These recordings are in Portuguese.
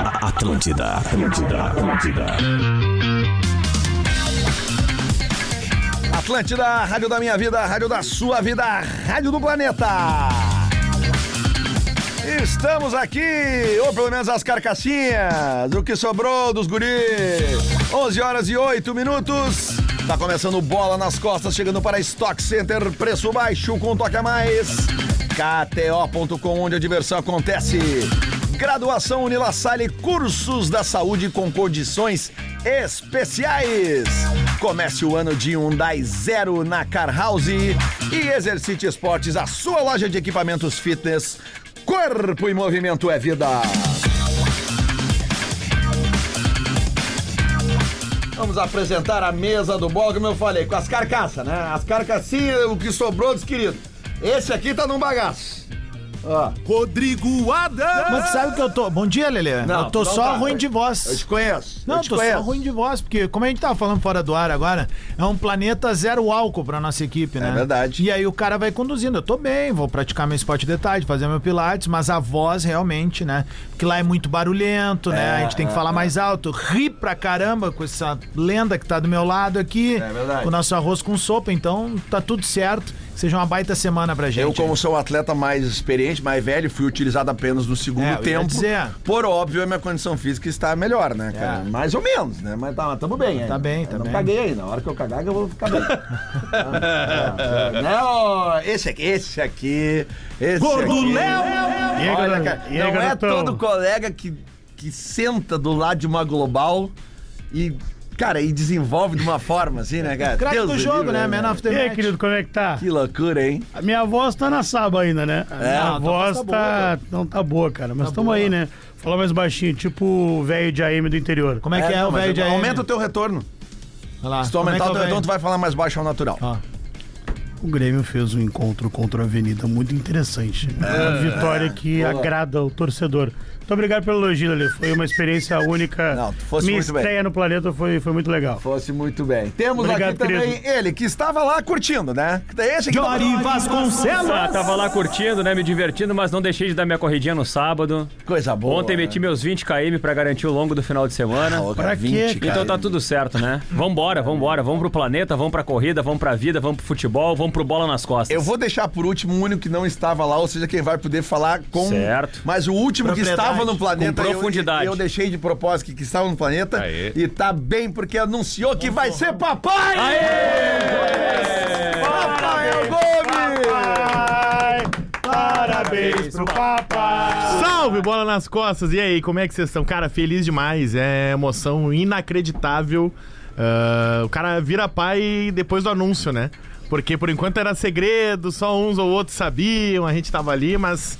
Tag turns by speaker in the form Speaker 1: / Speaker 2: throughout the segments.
Speaker 1: Atlântida, Atlântida, Atlântida.
Speaker 2: Atlântida, rádio da minha vida, rádio da sua vida, rádio do planeta. Estamos aqui, ou pelo menos as carcassinhas, o que sobrou dos guris. 11 horas e 8 minutos. Tá começando bola nas costas, chegando para Stock Center, preço baixo com um toque a mais. KTO.com, onde a diversão acontece. Graduação Unilassalle, cursos da saúde com condições especiais. Comece o ano de Hyundai Zero na Car House e Exercite Esportes, a sua loja de equipamentos fitness. Corpo e movimento é vida. Vamos apresentar a mesa do bolo, como eu falei, com as carcaças, né? As carcassinhas, o que sobrou dos queridos. Esse aqui tá num bagaço. Ó.
Speaker 3: Rodrigo Adams!
Speaker 4: Mas tu sabe que eu tô. Bom dia, Lelê.
Speaker 2: Não,
Speaker 4: eu tô
Speaker 2: não
Speaker 4: só
Speaker 2: tá.
Speaker 4: ruim de voz.
Speaker 2: Eu te conheço.
Speaker 4: Não,
Speaker 2: eu
Speaker 4: eu
Speaker 2: te
Speaker 4: tô
Speaker 2: conheço.
Speaker 4: só ruim de voz, porque como a gente tava falando fora do ar agora, é um planeta zero álcool pra nossa equipe, né?
Speaker 2: É verdade.
Speaker 4: E aí o cara vai conduzindo. Eu tô bem, vou praticar meu esporte de tarde, fazer meu pilates, mas a voz realmente, né? Porque lá é muito barulhento, né?
Speaker 2: É,
Speaker 4: A gente tem que falar mais alto. Ri pra caramba com essa lenda que tá do meu lado aqui.
Speaker 2: É verdade.
Speaker 4: Com o nosso arroz com sopa, então tá tudo certo. Seja uma baita semana pra gente.
Speaker 2: Eu, como sou o atleta mais experiente, mais velho, fui utilizado apenas no segundo
Speaker 4: É, eu ia
Speaker 2: tempo.
Speaker 4: dizer.
Speaker 2: Por óbvio, a minha condição física está melhor, né, cara? Mais ou menos, né? Mas tá, mas tamo bem. ainda.
Speaker 4: bem, tá
Speaker 2: Eu Não
Speaker 4: bem.
Speaker 2: caguei ainda. A hora que eu cagar, que eu vou ficar bem. Ah, ah, Não, esse aqui, esse aqui. Esse
Speaker 3: Gordo
Speaker 2: aqui.
Speaker 3: Léo!
Speaker 5: E aí,
Speaker 2: Olha,
Speaker 5: garoto?
Speaker 2: cara,
Speaker 5: E aí,
Speaker 2: não é
Speaker 5: garotão?
Speaker 2: todo colega que, que senta do lado de uma global e, cara, e desenvolve de uma forma assim, né, cara?
Speaker 4: Craque
Speaker 2: Deus
Speaker 4: do
Speaker 2: me
Speaker 4: jogo,
Speaker 2: livre,
Speaker 4: né? Man of the
Speaker 5: E aí,
Speaker 4: match.
Speaker 5: querido, como é que tá?
Speaker 2: Que loucura, hein?
Speaker 5: A minha voz tá na saba ainda, né? A minha
Speaker 4: tua
Speaker 5: voz
Speaker 4: voz tá
Speaker 5: tá,
Speaker 4: boa,
Speaker 5: não tá boa, cara. Mas tamo aí, né? Falar mais baixinho, tipo o velho de AM do interior.
Speaker 4: Como é que é,
Speaker 2: não,
Speaker 4: o
Speaker 2: mas
Speaker 4: velho de AM?
Speaker 2: Aumenta o teu retorno.
Speaker 4: Olha lá,
Speaker 2: Se tu
Speaker 4: como é que
Speaker 2: aumentar
Speaker 4: é
Speaker 2: o teu retorno, tu vai falar mais baixo ao natural.
Speaker 4: Ó.
Speaker 5: é O Grêmio fez um encontro contra a Avenida muito interessante. É Uma vitória que agrada o torcedor. Muito obrigado pelo elogio, Lelê. Foi uma experiência única.
Speaker 2: Não, tu fosse
Speaker 5: Minha
Speaker 2: muito bem.
Speaker 5: estreia no planeta foi, foi muito legal.
Speaker 2: Fosse muito bem. Temos
Speaker 5: Obrigado,
Speaker 2: aqui também ele, que estava lá curtindo, né? Esse aqui tava-
Speaker 3: Jory
Speaker 6: Ah,
Speaker 3: Vasconcelos!
Speaker 6: tava lá curtindo, né? Me divertindo, mas não deixei de dar minha corridinha no sábado.
Speaker 2: Coisa boa. né?
Speaker 6: Ontem meti meus 20 km pra garantir o longo do final de
Speaker 3: Ah,
Speaker 6: semana.
Speaker 2: pra
Speaker 5: quê,
Speaker 6: então tá tudo certo, né? Vambora, vambora. Vamos pro planeta, vamos pra corrida, vamos pra vida, vamos pro futebol, vamos pro bola nas costas.
Speaker 2: Eu vou deixar por último o único que não estava lá, ou seja, quem vai poder falar com.
Speaker 6: Certo.
Speaker 2: Mas o último que
Speaker 4: Propriedade.
Speaker 2: estava no planeta.
Speaker 6: Com
Speaker 2: eu-
Speaker 6: profundidade.
Speaker 2: Eu, deixei de propósito que, que estava no planeta.
Speaker 3: Aê.
Speaker 2: E tá bem, porque anunciou que vai ser papai! Papai Gomes!
Speaker 5: Ai, parabéns pro papai!
Speaker 3: Salve, bola nas costas! E aí, como é que vocês estão? Cara, feliz demais, é emoção inacreditável. Ah, o cara vira pai depois do anúncio, né? Porque por enquanto era segredo, só uns ou outros sabiam, a gente tava ali, mas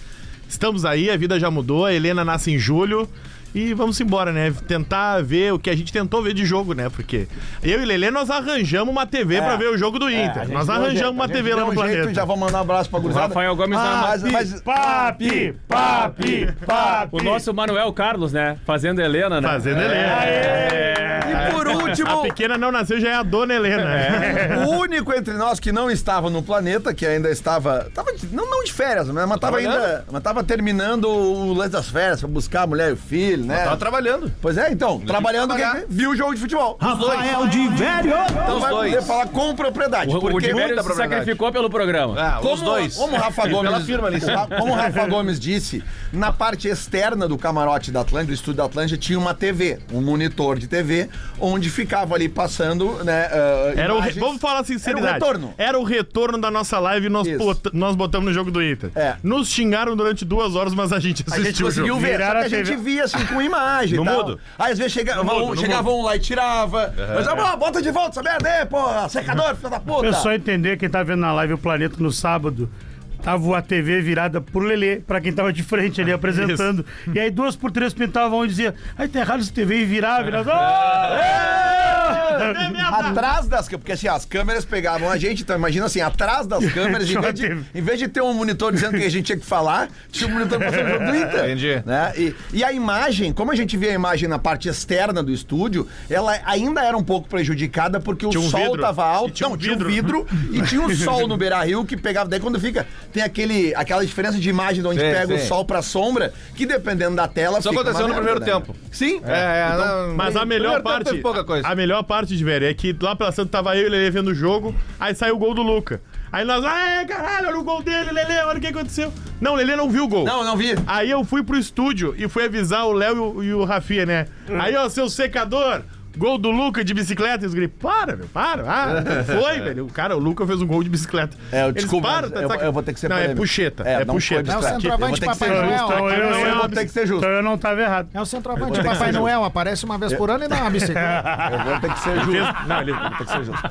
Speaker 3: estamos aí, a vida já mudou, a Helena nasce em julho. E vamos embora, né? Tentar ver o que a gente tentou ver de jogo, né? Porque eu e Lelê, nós arranjamos uma TV
Speaker 2: É.
Speaker 3: pra ver o jogo do Inter. nós arranjamos uma TV lá no planeta.
Speaker 2: já vou mandar um abraço pra gurizada. Ah,
Speaker 6: Rafael Gomes na-
Speaker 2: mas, mas,
Speaker 5: Papi, papi, papi!
Speaker 6: O nosso Manuel Carlos, né? Fazendo Helena, né?
Speaker 3: Fazendo Helena.
Speaker 2: E por
Speaker 3: A
Speaker 2: último,
Speaker 3: pequena não nasceu, já é a dona Helena.
Speaker 5: É.
Speaker 2: O único entre nós que não estava no planeta, que ainda estava. tava de- não, não de férias, né, mas estava ainda. Mas tava terminando o lance das férias pra buscar a mulher e o filho, né?
Speaker 3: Tava trabalhando.
Speaker 2: Pois é, então, trabalhando,
Speaker 3: pagar.
Speaker 2: quem viu o jogo de futebol.
Speaker 3: Rafael Ah, é de velho!
Speaker 2: Então vai poder falar com propriedade.
Speaker 6: O, o
Speaker 2: porque
Speaker 6: Diverio
Speaker 2: muita
Speaker 6: se
Speaker 2: propriedade.
Speaker 6: sacrificou pelo programa.
Speaker 3: Ah, os dois.
Speaker 2: Como o Rafa Gomes,
Speaker 3: firma ali, sim.
Speaker 2: como o Rafa Gomes disse, na parte externa do camarote da Atlântida, do estúdio da Atlântida, tinha uma TV, um monitor de TV, onde ficava ali passando, né? ah,
Speaker 3: Era o re-
Speaker 2: imagens.
Speaker 3: Vamos falar assim, a sinceridade.
Speaker 2: Era o retorno.
Speaker 3: Era o retorno da nossa live e nós,
Speaker 2: Isso.
Speaker 3: bota- nós botamos no jogo do Inter.
Speaker 2: É.
Speaker 3: Nos xingaram durante duas horas, mas a gente
Speaker 2: A
Speaker 3: assistiu
Speaker 2: gente
Speaker 3: o
Speaker 2: conseguiu
Speaker 3: jogo.
Speaker 2: ver, só que
Speaker 5: Viraram
Speaker 2: a
Speaker 5: a TV.
Speaker 2: gente via assim com imagem. e
Speaker 3: No
Speaker 2: tal.
Speaker 3: mudo.
Speaker 2: Aí às vezes chegava,
Speaker 3: mudo, no
Speaker 2: chegava um lá e tirava. Mas, ah, bota de volta essa merda aí, porra. Secador, filho da puta.
Speaker 5: Eu só entender quem tá vendo na live o planeta no sábado. Tava a TV virada pro Lelê, pra quem tava de frente ali apresentando. E tá
Speaker 3: É,
Speaker 5: aí duas por três pintavam um e dizia, ah, enterraram essa TV e virava, virava. Ah!
Speaker 2: Atrás das câmeras, porque assim, as câmeras pegavam a gente, então imagina assim, atrás das câmeras, em,
Speaker 5: Tinha uma
Speaker 2: vez de,
Speaker 5: TV.
Speaker 2: em vez de ter um monitor dizendo o que a gente tinha que falar, tinha um monitor passando o do Inter.
Speaker 7: Entendi.
Speaker 2: Né? E, e a imagem, como a gente vê a imagem na parte externa do estúdio, ela ainda era um pouco prejudicada porque
Speaker 3: Tinha
Speaker 2: o
Speaker 3: um
Speaker 2: sol
Speaker 3: vidro.
Speaker 2: tava alto,
Speaker 3: E tinha um
Speaker 2: não, tinha um
Speaker 3: vidro.
Speaker 2: vidro e tinha o sol no beira-rio que pegava, daí quando fica, tem aquele, aquela diferença de imagem de onde
Speaker 7: Sim,
Speaker 2: pega o
Speaker 7: sim.
Speaker 2: sol pra sombra, que dependendo da tela
Speaker 7: Isso
Speaker 2: fica
Speaker 7: aconteceu
Speaker 2: uma
Speaker 7: no
Speaker 2: merda,
Speaker 7: primeiro
Speaker 2: né?
Speaker 7: tempo.
Speaker 2: Sim,
Speaker 7: É, é, não-
Speaker 3: Mas a
Speaker 7: no
Speaker 3: melhor
Speaker 7: primeiro tempo
Speaker 3: parte.
Speaker 7: teve pouca coisa.
Speaker 3: A melhor parte de velho é que lá pela Santa tava eu e o Lelê vendo o jogo, aí saiu o gol do Luca. Aí nós, ah, caralho, olha o gol dele, Lelê, olha o que aconteceu. Não, o Lelê não viu o gol.
Speaker 2: Não, não vi.
Speaker 3: Aí eu fui pro estúdio e fui avisar o Léo e o- e o Rafinha, né? Aí, ó, seu secador, gol do Luca de bicicleta. E os gringos, para, meu, para. Ah, não foi, velho. O cara, o Luca fez um gol de bicicleta.
Speaker 2: É, eu
Speaker 3: Eles
Speaker 2: desculpa,
Speaker 3: param,
Speaker 2: mas
Speaker 3: tá
Speaker 2: eu-
Speaker 3: saca-
Speaker 2: eu vou ter que ser
Speaker 3: Não, é
Speaker 2: polêmico.
Speaker 3: puxeta,
Speaker 2: É,
Speaker 3: é,
Speaker 2: não
Speaker 3: puxeta.
Speaker 2: foi
Speaker 4: É o
Speaker 2: bicicleta.
Speaker 4: centroavante
Speaker 2: Eu vou ter que
Speaker 4: Papai
Speaker 2: ser justo,
Speaker 4: Noel.
Speaker 5: Então eu,
Speaker 3: é
Speaker 2: Eu
Speaker 5: eu,
Speaker 2: vou ter que ser justo.
Speaker 5: então eu não tava errado.
Speaker 4: É o
Speaker 2: Eu
Speaker 4: centroavante
Speaker 2: vou ter que
Speaker 4: Papai
Speaker 2: ser
Speaker 4: Noel, aparece uma vez por ano e dá uma bicicleta.
Speaker 2: Eu vou ter que ser justo.
Speaker 3: Fez- não, ele
Speaker 2: Tem que ser justo.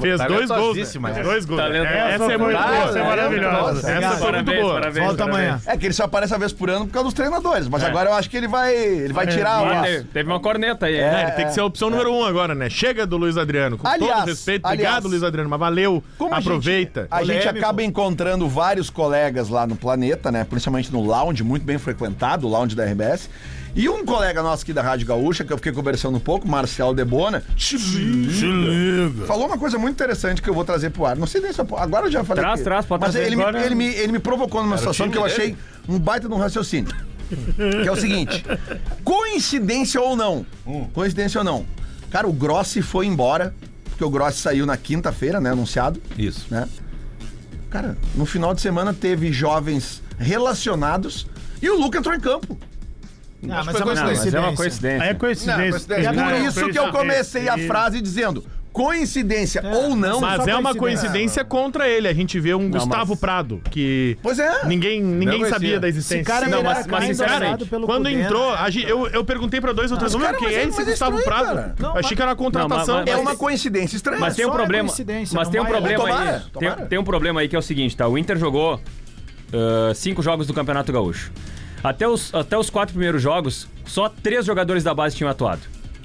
Speaker 3: fez
Speaker 7: tá
Speaker 3: dois gols.
Speaker 7: talentosíssima
Speaker 3: né?
Speaker 7: essa.
Speaker 3: Dois gols.
Speaker 6: Talentosa.
Speaker 3: Essa é muito
Speaker 5: Essa
Speaker 3: boa.
Speaker 5: é maravilhosa.
Speaker 3: Essa foi muito
Speaker 6: Tá Parabéns,
Speaker 3: boa.
Speaker 6: parabéns.
Speaker 4: Volta amanhã.
Speaker 2: É que ele só aparece uma vez por ano por causa dos treinadores, mas agora eu acho que ele vai, ele vai tirar
Speaker 6: Ah,
Speaker 2: o
Speaker 6: teve, teve uma corneta aí.
Speaker 3: É,
Speaker 6: né?
Speaker 3: ele tem que ser a opção número um agora, né? Chega do Luiz Adriano. Com
Speaker 2: Aliás,
Speaker 3: todo respeito.
Speaker 2: aliás.
Speaker 3: Obrigado, Luiz Adriano, mas valeu.
Speaker 2: Como a gente-
Speaker 3: Aproveita.
Speaker 2: A gente acaba encontrando vários colegas lá no planeta, né? Principalmente no lounge, muito bem frequentado, o lounge da RBS. E um colega nosso aqui da Rádio Gaúcha, que eu fiquei conversando um pouco, Marcelo Debona, falou uma coisa muito interessante que eu vou trazer pro ar. Não sei nem se eu, po- agora eu já falei.
Speaker 6: Traz,
Speaker 2: que-
Speaker 6: traz, pode
Speaker 2: Mas
Speaker 6: trazer
Speaker 2: ele, me-
Speaker 6: agora.
Speaker 2: ele, me, ele me provocou numa situação que eu achei um baita de um raciocínio. que é o seguinte: coincidência ou não? Coincidência ou não? Cara, o Grossi foi embora, porque o Grossi saiu na quinta-feira, né? Anunciado
Speaker 7: Isso.
Speaker 2: né? Cara, no final de semana teve jovens relacionados e o Luca entrou em campo.
Speaker 4: Ah,
Speaker 7: foi
Speaker 6: Não, mas é uma coincidência.
Speaker 5: Aí é
Speaker 7: Não,
Speaker 5: coincidência.
Speaker 7: coincidência.
Speaker 2: É por
Speaker 5: Cara,
Speaker 2: isso que eu comecei a frase dizendo: coincidência ou não.
Speaker 3: Mas
Speaker 2: só
Speaker 3: é uma
Speaker 2: coincidência.
Speaker 3: coincidência contra ele. A gente vê um Gustavo
Speaker 6: mas-
Speaker 3: Prado, que
Speaker 2: Pois é.
Speaker 3: ninguém, ninguém
Speaker 7: conhecia.
Speaker 3: sabia da existência.
Speaker 4: Esse cara
Speaker 3: não,
Speaker 4: não,
Speaker 3: mas, mas sinceramente, quando entrou, a gente- eu, eu perguntei pra dois ou três,
Speaker 2: mas,
Speaker 3: "Meu, quem
Speaker 2: cara,
Speaker 3: é
Speaker 2: mas é-
Speaker 3: esse
Speaker 2: mas é
Speaker 3: Gustavo
Speaker 2: estranho,
Speaker 3: Prado?
Speaker 2: cara.
Speaker 4: Não,
Speaker 3: Eu achei
Speaker 4: mas-
Speaker 3: que era uma contratação.
Speaker 6: mas-
Speaker 2: É uma coincidência estranha.
Speaker 6: Mas tem um
Speaker 4: Só é
Speaker 6: problema.
Speaker 4: coincidência,
Speaker 6: Mas
Speaker 4: não
Speaker 6: tem um
Speaker 4: vai-
Speaker 6: problema
Speaker 2: Tomara,
Speaker 6: aí.
Speaker 2: tomara.
Speaker 6: Tem, tem um problema aí que é o seguinte, tá? O Inter jogou ah, cinco jogos do Campeonato Gaúcho. Até os, até os quatro primeiros jogos, só três jogadores da base tinham atuado.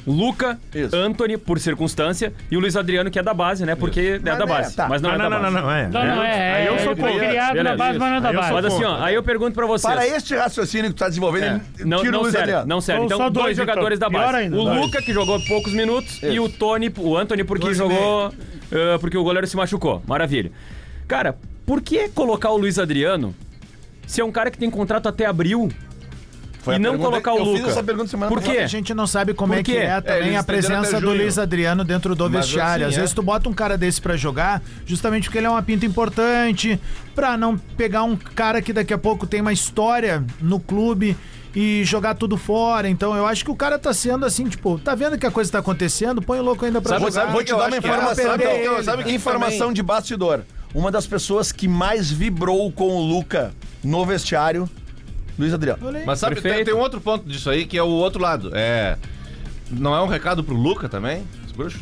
Speaker 6: Luca,
Speaker 2: Isso.
Speaker 6: Anthony, por circunstância, e o Luiz Adriano, que é da base, né? Porque é
Speaker 2: Mas
Speaker 6: da
Speaker 2: é,
Speaker 6: base.
Speaker 2: tá.
Speaker 6: Mas não,
Speaker 3: Não,
Speaker 6: é
Speaker 3: não,
Speaker 6: da
Speaker 3: não,
Speaker 6: base.
Speaker 3: não, não, é.
Speaker 8: Não, não é.
Speaker 3: Aí eu
Speaker 8: é,
Speaker 3: sou
Speaker 8: ele
Speaker 3: contra.
Speaker 8: foi criado na
Speaker 6: Beleza,
Speaker 8: base,
Speaker 6: isso.
Speaker 8: mas não é da
Speaker 3: Aí eu sou
Speaker 8: base.
Speaker 6: Mas assim, ó,
Speaker 3: contra.
Speaker 6: aí eu pergunto pra vocês.
Speaker 2: Para este raciocínio que tu tá desenvolvendo, ele
Speaker 6: É. Não,
Speaker 2: tira o
Speaker 6: não
Speaker 2: Luiz
Speaker 6: sério,
Speaker 2: Adriano.
Speaker 6: não sério.
Speaker 5: São
Speaker 6: Então,
Speaker 5: só
Speaker 6: dois,
Speaker 5: dois, Vitor.
Speaker 6: jogadores da
Speaker 5: Pior
Speaker 6: base.
Speaker 5: ainda,
Speaker 6: o
Speaker 5: dois.
Speaker 6: Luca, que jogou poucos minutos, e o Tony, o Anthony, porque jogou ah, porque o goleiro se machucou. Maravilha. Cara, por que colocar o Luiz Adriano se é um cara que tem contrato até abril
Speaker 2: Foi
Speaker 6: e
Speaker 2: a
Speaker 6: não
Speaker 2: pergunta-
Speaker 6: colocar o
Speaker 2: eu
Speaker 6: Luca?
Speaker 2: Fiz essa pergunta semana
Speaker 6: por quê?
Speaker 4: A gente não sabe como
Speaker 6: Por
Speaker 4: é que
Speaker 6: quê?
Speaker 4: é
Speaker 7: eles
Speaker 4: também a
Speaker 7: estenderam
Speaker 4: presença
Speaker 7: até
Speaker 4: do
Speaker 7: junho.
Speaker 4: Luiz Adriano dentro do vestiário.
Speaker 7: assim,
Speaker 4: Às
Speaker 7: é.
Speaker 4: vezes tu bota um cara desse pra jogar, justamente porque ele é uma pinta importante, pra não pegar um cara que daqui a pouco tem uma história no clube e jogar tudo fora. Então eu acho que o cara tá sendo assim, tipo, tá vendo que a coisa tá acontecendo? Põe o louco ainda pra
Speaker 7: Sabe-
Speaker 2: Vou,
Speaker 4: jogar.
Speaker 2: vou te
Speaker 7: Eu
Speaker 2: dar
Speaker 7: acho
Speaker 2: uma
Speaker 4: é
Speaker 7: que era
Speaker 2: informação,
Speaker 4: pra perder
Speaker 2: então.
Speaker 4: ele,
Speaker 7: sabe que
Speaker 2: informação
Speaker 7: também-
Speaker 2: de bastidor. Uma das pessoas que mais vibrou com o Luca no vestiário, Luiz Adriano.
Speaker 4: Olha aí.
Speaker 7: Mas sabe, tem,
Speaker 6: Perfeito.
Speaker 7: tem um outro ponto disso aí que é o outro lado. É. Não é um recado pro Luca também? Os bruxos?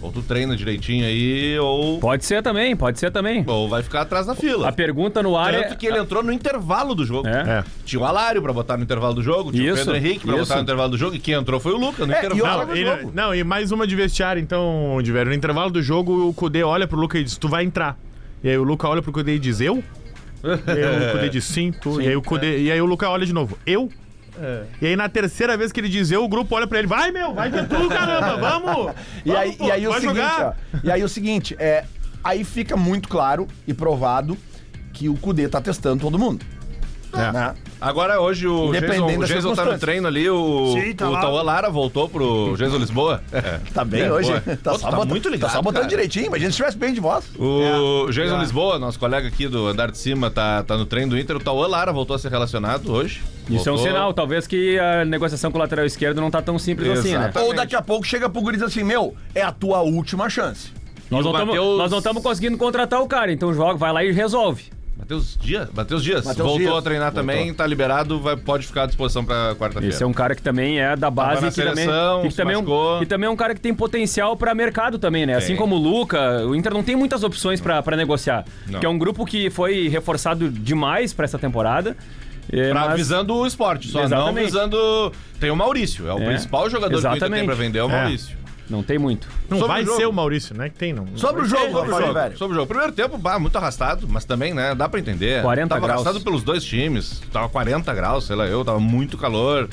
Speaker 7: Ou tu treina direitinho aí, ou.
Speaker 6: Pode ser também, pode ser também.
Speaker 7: Ou vai ficar atrás da fila.
Speaker 6: A pergunta no ar é...
Speaker 7: Tanto que ele entrou no intervalo do jogo.
Speaker 6: É.
Speaker 3: É.
Speaker 7: Tinha o Alário pra botar no intervalo do jogo, tinha
Speaker 6: Isso,
Speaker 7: o Pedro Henrique pra
Speaker 6: isso.
Speaker 7: botar no intervalo do jogo, e quem entrou foi o Luca no
Speaker 2: É, e
Speaker 7: intervalo.
Speaker 2: outra-
Speaker 3: Não,
Speaker 2: Fora do
Speaker 3: e,
Speaker 2: jogo.
Speaker 3: não, e mais uma de vestiário, então, Diverio. No intervalo do jogo, o Cudê olha pro Luca e diz: Tu vai entrar. E aí o Luca olha pro Cudê e diz: Eu? E aí o Cudê diz: Sim, tu. e, aí o Cudê,
Speaker 2: é.
Speaker 3: e aí o Luca olha de novo: Eu? E aí na terceira vez que ele diz eu, o grupo olha pra ele: Vai, meu, vai que é tu, caramba, vamos!
Speaker 2: E aí,
Speaker 3: Vamos, pô,
Speaker 2: e aí o
Speaker 3: vai
Speaker 2: seguinte,
Speaker 3: jogar."
Speaker 2: ó, e aí o seguinte, é, aí fica muito claro e provado que o Cudê tá testando todo mundo. né?
Speaker 7: Agora hoje o
Speaker 2: Independente
Speaker 7: Jason, o
Speaker 2: das
Speaker 7: Jason tá no
Speaker 2: circunstâncias.
Speaker 7: treino ali, o,
Speaker 5: Sim, tá
Speaker 7: o
Speaker 5: lá.
Speaker 7: Tauan Lara voltou pro Jason Lisboa.
Speaker 2: Tá bem
Speaker 7: É,
Speaker 2: hoje.
Speaker 7: boa.
Speaker 2: Tá,
Speaker 7: Pô,
Speaker 2: só
Speaker 7: tá
Speaker 2: botando,
Speaker 7: muito ligado,
Speaker 2: tá só botando É.
Speaker 7: cara.
Speaker 2: direitinho, imagina se tivesse bem de voz.
Speaker 7: O Jason Lisboa, nosso colega aqui do andar de cima, tá, tá no treino do Inter. O Tauan Lara voltou a ser relacionado hoje.
Speaker 6: Isso é um
Speaker 7: Voltou.
Speaker 6: sinal, talvez que a negociação com o lateral esquerdo não tá tão simples assim, né?
Speaker 7: Exato.
Speaker 2: Ou daqui a pouco chega pro guri e diz assim, meu, é a tua última chance.
Speaker 6: Nós
Speaker 7: E o
Speaker 6: não tamo-
Speaker 7: Matheus-
Speaker 6: nós não estamos conseguindo contratar o cara, então joga, vai lá e resolve.
Speaker 7: Matheus Dias, Matheus Dias
Speaker 2: Matheus
Speaker 7: voltou
Speaker 2: Dias.
Speaker 7: a treinar também, tá liberado, vai, pode ficar à disposição pra quarta-feira.
Speaker 6: Esse é um cara que também é da base
Speaker 7: na
Speaker 6: e que também,
Speaker 7: seleção,
Speaker 6: e que
Speaker 7: se
Speaker 6: também é um,
Speaker 7: machucou.
Speaker 6: e também é um cara que tem potencial pra mercado também, né? Assim
Speaker 7: Tem.
Speaker 6: como o Luca, o Inter não tem muitas opções pra pra negociar.
Speaker 7: Não.
Speaker 6: Que é um grupo que foi reforçado demais pra essa temporada. É,
Speaker 7: Pra,
Speaker 6: mas-
Speaker 7: Visando o esporte, só não
Speaker 6: Exatamente.
Speaker 7: visando. Tem o Maurício, é o
Speaker 6: É.
Speaker 7: principal jogador que o Inter tem
Speaker 6: Exatamente.
Speaker 7: pra vender, é o
Speaker 3: É.
Speaker 7: Maurício.
Speaker 6: Não tem muito.
Speaker 3: Não
Speaker 7: Sobre
Speaker 3: vai
Speaker 7: o jogo.
Speaker 3: ser o Maurício, né? Que tem, não.
Speaker 7: Sobre o jogo, sobre o
Speaker 2: Rafael,
Speaker 7: jogo.
Speaker 2: velho.
Speaker 7: Sobre o jogo. Primeiro tempo, bah, muito arrastado, mas também, né, dá pra entender.
Speaker 6: 40
Speaker 7: tava
Speaker 6: graus.
Speaker 7: arrastado pelos dois times. Tava 40 graus, sei lá, eu, tava muito calor.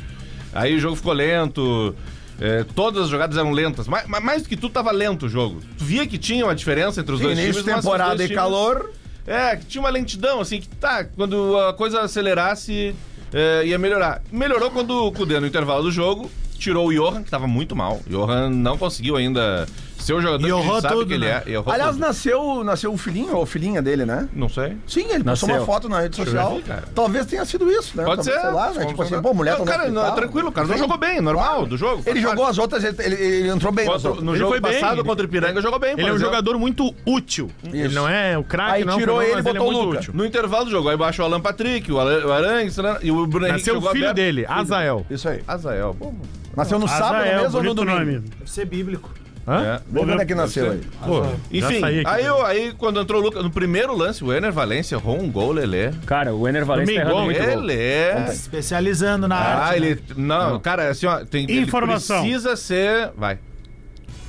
Speaker 7: Aí o jogo ficou lento. é, todas as jogadas eram lentas. Mas, mas mais do que tudo, tava lento o jogo. Tu via que tinha uma diferença entre os dois times.
Speaker 2: Início de
Speaker 7: mas os dois
Speaker 2: temporada e
Speaker 7: times-
Speaker 2: calor.
Speaker 7: É, que tinha uma lentidão, assim, que tá, quando a coisa acelerasse, é, ia melhorar. Melhorou quando o Kudê, no intervalo do jogo, tirou o Johan, que tava muito mal. O Johan não conseguiu ainda ser o jogador que a
Speaker 4: Errou
Speaker 7: gente sabe
Speaker 4: tudo,
Speaker 7: que ele
Speaker 4: né?
Speaker 7: é. Errou
Speaker 2: Aliás,
Speaker 7: tudo.
Speaker 2: nasceu, nasceu o filhinho ou filhinha dele, né?
Speaker 7: não sei.
Speaker 2: Sim, ele passou
Speaker 6: Nasceu.
Speaker 2: uma foto na rede
Speaker 7: eu
Speaker 2: social.
Speaker 7: ver, cara.
Speaker 2: Talvez tenha sido isso, né?
Speaker 7: Pode
Speaker 2: Talvez,
Speaker 7: ser.
Speaker 2: Sei lá, né?
Speaker 7: Vamos
Speaker 2: Tipo assim,
Speaker 7: contar.
Speaker 2: pô, mulher tá
Speaker 7: Não,
Speaker 2: no
Speaker 7: Cara, não,
Speaker 2: hospital.
Speaker 7: tranquilo, o cara
Speaker 2: é
Speaker 7: não jogou bem, normal, do jogo.
Speaker 2: Ele
Speaker 7: faz
Speaker 2: jogou
Speaker 7: parte.
Speaker 2: as outras, ele, ele- ele entrou bem. nas
Speaker 7: Contra-
Speaker 2: outras.
Speaker 7: no
Speaker 3: Ele
Speaker 7: jogo
Speaker 3: foi bem.
Speaker 7: passado contra o Piranga, jogou bem. por
Speaker 3: Ele é um
Speaker 7: exemplo.
Speaker 3: jogador muito útil. Ele não é o craque,
Speaker 2: Aí
Speaker 3: não. é um
Speaker 2: tirou
Speaker 3: fenômeno,
Speaker 2: ele,
Speaker 3: mas
Speaker 2: botou
Speaker 3: é
Speaker 2: o
Speaker 3: muito
Speaker 2: Luca.
Speaker 3: útil.
Speaker 7: No intervalo do jogo, aí baixou o Alan Patrick, o Alan- o Arangues né? e o Bruno Henrique
Speaker 3: Nasceu o
Speaker 7: jogou
Speaker 3: filho
Speaker 7: aberto.
Speaker 3: dele, Azael.
Speaker 2: Isso aí.
Speaker 7: Azael, pô.
Speaker 2: Nasceu
Speaker 5: Ah,
Speaker 2: no sábado
Speaker 5: Azael,
Speaker 2: mesmo ou no
Speaker 5: é, bonito
Speaker 2: domingo?
Speaker 5: nome.
Speaker 4: Deve ser bíblico.
Speaker 3: Hã?
Speaker 7: É.
Speaker 2: Vamos ver onde é que nasceu aí.
Speaker 3: Pô, já
Speaker 7: Enfim,
Speaker 3: saí aqui.
Speaker 2: Ah,
Speaker 7: aí, eu- aí quando entrou o Lucas, no primeiro lance, o Ener Valência errou um gol, Lelê.
Speaker 6: Cara, o Ener Valencia tá errando
Speaker 3: Domingão,
Speaker 6: muito gol.
Speaker 3: É.
Speaker 7: Lelê.
Speaker 4: Especializando na
Speaker 7: Ah,
Speaker 4: arte. né?
Speaker 7: ele. Não, cara, assim, ó, tem ele
Speaker 5: Informação.
Speaker 7: Precisa ser. Vai.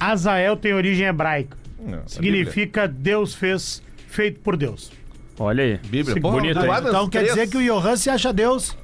Speaker 5: Azael tem origem hebraica.
Speaker 7: Não, é
Speaker 5: Significa Deus fez, feito por Deus.
Speaker 6: Olha aí.
Speaker 7: Bíblia. tá Bíblia. Pô,
Speaker 6: Bonito,
Speaker 7: tu
Speaker 6: hein?
Speaker 7: guarda
Speaker 4: Então
Speaker 7: as
Speaker 4: quer
Speaker 7: três.
Speaker 4: dizer que o Johan se acha Deus.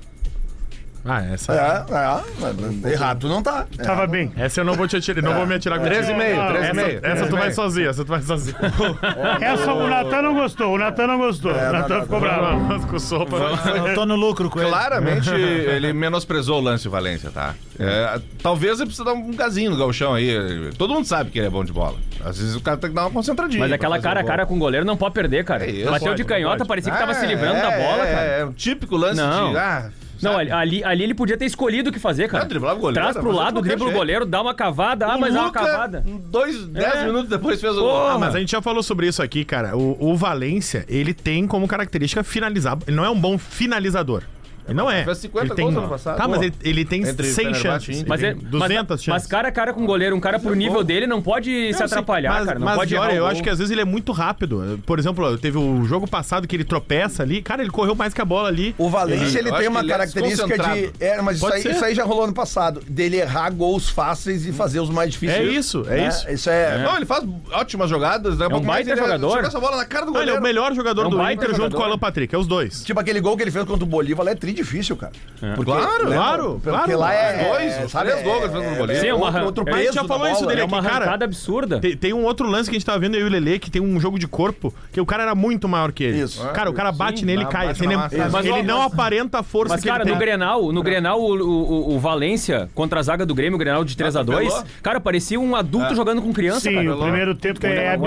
Speaker 3: Ah, essa.
Speaker 2: É, é, é, errado tu não tá.
Speaker 5: Tava bem.
Speaker 3: Essa eu não vou te atirar, não vou me atirar com o
Speaker 7: Três e meio, três e
Speaker 3: Essa,
Speaker 7: meio.
Speaker 3: essa tu vai sozinho, essa tu vai sozinho.
Speaker 5: Essa o Natan não gostou, o Natan É, não gostou. o Natan ficou bravo.
Speaker 3: com sopa. né?
Speaker 4: Eu tô no lucro com ele.
Speaker 7: Claramente ele menosprezou o lance o Valência, tá? É, talvez ele precisa dar um gazinho no galchão aí. Todo mundo sabe que ele é bom de bola. Às vezes o cara tem que dar uma concentradinha.
Speaker 6: Mas
Speaker 7: pra
Speaker 6: aquela
Speaker 7: fazer
Speaker 6: cara a
Speaker 7: o
Speaker 6: cara
Speaker 7: gol.
Speaker 6: com o goleiro não pode perder, cara.
Speaker 7: É isso,
Speaker 6: Bateu
Speaker 7: pode,
Speaker 6: de canhota,
Speaker 7: pode.
Speaker 6: parecia que tava
Speaker 7: Ah,
Speaker 6: se livrando
Speaker 7: é,
Speaker 6: da bola,
Speaker 7: é,
Speaker 6: cara.
Speaker 7: É, um típico lance
Speaker 6: Não.
Speaker 7: de. Ah,
Speaker 6: Não,
Speaker 7: sabe?
Speaker 6: ali, ali, ali ele podia ter escolhido o que fazer, cara.
Speaker 7: Não, driblava o goleiro, é
Speaker 6: Traz pro
Speaker 7: fazia
Speaker 6: lado,
Speaker 7: qualquer
Speaker 6: dribla o
Speaker 7: jeito.
Speaker 6: goleiro, dá uma cavada. Ah,
Speaker 7: O
Speaker 6: mas é uma
Speaker 7: Luca,
Speaker 6: cavada.
Speaker 7: um Dois, dez
Speaker 6: É.
Speaker 7: minutos depois fez o gol.
Speaker 6: Porra.
Speaker 7: Ah,
Speaker 3: Mas a gente já falou sobre isso aqui, cara. O, o Valência, ele tem como característica finalizar. Ele não é um bom finalizador. Ele não é.
Speaker 7: Fez 50
Speaker 3: ele tem,
Speaker 7: gols ano passado.
Speaker 3: Tá, mas
Speaker 7: Boa.
Speaker 3: ele, ele tem
Speaker 7: Entre
Speaker 3: 100
Speaker 7: Fenerbahçe e
Speaker 3: chances.
Speaker 7: Inter.
Speaker 6: Mas,
Speaker 3: ele
Speaker 6: é,
Speaker 3: tem
Speaker 6: mas-
Speaker 3: 200
Speaker 6: mas,
Speaker 3: chances.
Speaker 6: cara a cara com o goleiro, um cara pro nível dele não pode se
Speaker 3: Não, sim,
Speaker 6: atrapalhar,
Speaker 3: mas,
Speaker 6: cara. Não
Speaker 3: mas,
Speaker 6: pode
Speaker 3: olha,
Speaker 6: errar o
Speaker 3: eu
Speaker 6: gol.
Speaker 3: acho que às vezes ele é muito rápido. Por exemplo, teve o jogo passado que ele tropeça ali. Cara, ele correu mais que a bola ali.
Speaker 2: O Valencia, ele
Speaker 7: Ele- eu
Speaker 2: tem
Speaker 7: acho
Speaker 2: uma
Speaker 7: que ele é
Speaker 2: característica de.
Speaker 7: desconcentrado.
Speaker 2: É, mas isso
Speaker 3: Pode
Speaker 2: aí,
Speaker 3: ser.
Speaker 2: isso aí já rolou no passado. Dele errar gols fáceis e fazer os mais difíceis.
Speaker 3: É isso, é
Speaker 2: Né?
Speaker 3: isso.
Speaker 2: Isso é.
Speaker 7: Não, ele faz ótimas jogadas. Daqui a
Speaker 6: um
Speaker 7: pouco mais
Speaker 6: baita
Speaker 7: ele
Speaker 6: jogador.
Speaker 7: joga essa bola na cara do
Speaker 3: Não, ele
Speaker 7: goleiro.
Speaker 3: é o melhor jogador
Speaker 6: É um
Speaker 3: do
Speaker 6: baita
Speaker 3: Inter junto
Speaker 6: jogador.
Speaker 3: com o Alan Patrick. É os dois.
Speaker 2: Tipo aquele gol que ele fez contra o Bolívar, lá é tri difícil, cara. Porque,
Speaker 7: Claro,
Speaker 2: né,
Speaker 3: claro,
Speaker 2: Porque
Speaker 3: claro.
Speaker 2: lá é.
Speaker 7: Dois,
Speaker 2: é,
Speaker 7: os três gols que ele fez contra o Bolívar.
Speaker 6: Sim, é uma
Speaker 2: outro,
Speaker 6: arran-
Speaker 2: outro
Speaker 6: A
Speaker 2: peso
Speaker 6: gente
Speaker 3: já falou
Speaker 2: da
Speaker 3: isso
Speaker 2: bola,
Speaker 3: dele
Speaker 2: né?
Speaker 6: É
Speaker 3: aqui,
Speaker 6: uma
Speaker 3: cara.
Speaker 6: arrancada absurda.
Speaker 3: Tem, tem um outro lance que a gente tava vendo, eu e o Lele, que tem um jogo de corpo, que o cara era muito maior que ele.
Speaker 2: Isso.
Speaker 3: Cara, o cara bate
Speaker 7: Sim,
Speaker 3: nele e
Speaker 7: ba-
Speaker 3: cai.
Speaker 7: bate
Speaker 3: assim,
Speaker 7: na
Speaker 3: ele
Speaker 7: massa.
Speaker 3: ele
Speaker 7: Mas, ó,
Speaker 3: não aparenta a força
Speaker 6: Mas,
Speaker 3: que
Speaker 6: cara,
Speaker 3: ele
Speaker 6: no
Speaker 3: tem.
Speaker 6: Grenal, no Grenal, o, o, o- o Valência contra a zaga do Grêmio, o Grenal de
Speaker 3: Ah,
Speaker 6: 3 a
Speaker 3: tá
Speaker 6: 2
Speaker 7: Atropelou.
Speaker 6: cara, parecia um adulto jogando com criança,
Speaker 5: Sim,
Speaker 6: cara.
Speaker 5: o primeiro tempo é
Speaker 6: um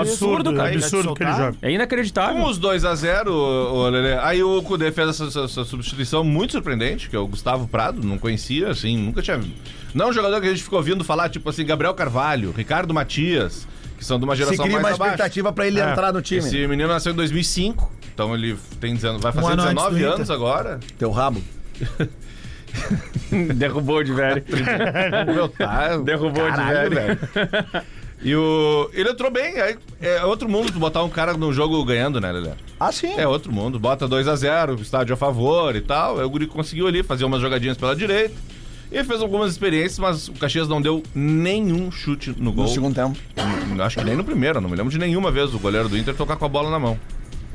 Speaker 5: absurdo,
Speaker 6: absurdo,
Speaker 5: absurdo,
Speaker 6: cara.
Speaker 5: que ele
Speaker 4: Soltar.
Speaker 5: joga.
Speaker 6: É inacreditável.
Speaker 7: Com Um, os 2x0, o Lelê. Aí o Cudê fez essa, essa- essa substituição muito surpreendente, que é o Gustavo Prado, não conhecia, assim, nunca tinha. Não é um jogador que a gente ficou ouvindo falar, tipo assim, Gabriel Carvalho, Ricardo Matias, que são de uma
Speaker 2: Se
Speaker 7: geração
Speaker 2: cria
Speaker 7: mais
Speaker 2: uma
Speaker 7: abaixo. É.
Speaker 2: expectativa pra ele entrar no time.
Speaker 7: Esse menino nasceu em 2005, então ele tem 19, vai
Speaker 6: Um
Speaker 7: fazer
Speaker 4: ano antes
Speaker 7: 19
Speaker 4: do Inter.
Speaker 7: anos agora.
Speaker 2: Teu rabo.
Speaker 6: Derrubou de velho.
Speaker 7: Meu, tá,
Speaker 6: Derrubou de
Speaker 7: caralho,
Speaker 6: velho.
Speaker 7: E o. Ele entrou bem, aí é outro mundo tu botar um cara no jogo ganhando, né, Lelê?
Speaker 2: Ah, sim.
Speaker 7: É outro mundo. Bota 2x0, estádio a favor e tal. Aí o Guri conseguiu ali fazer umas jogadinhas pela direita. E fez algumas experiências, mas o Caxias não deu nenhum chute no gol.
Speaker 2: No segundo tempo.
Speaker 7: Acho que nem no primeiro, não me lembro de nenhuma vez o goleiro do Inter tocar com a bola na mão.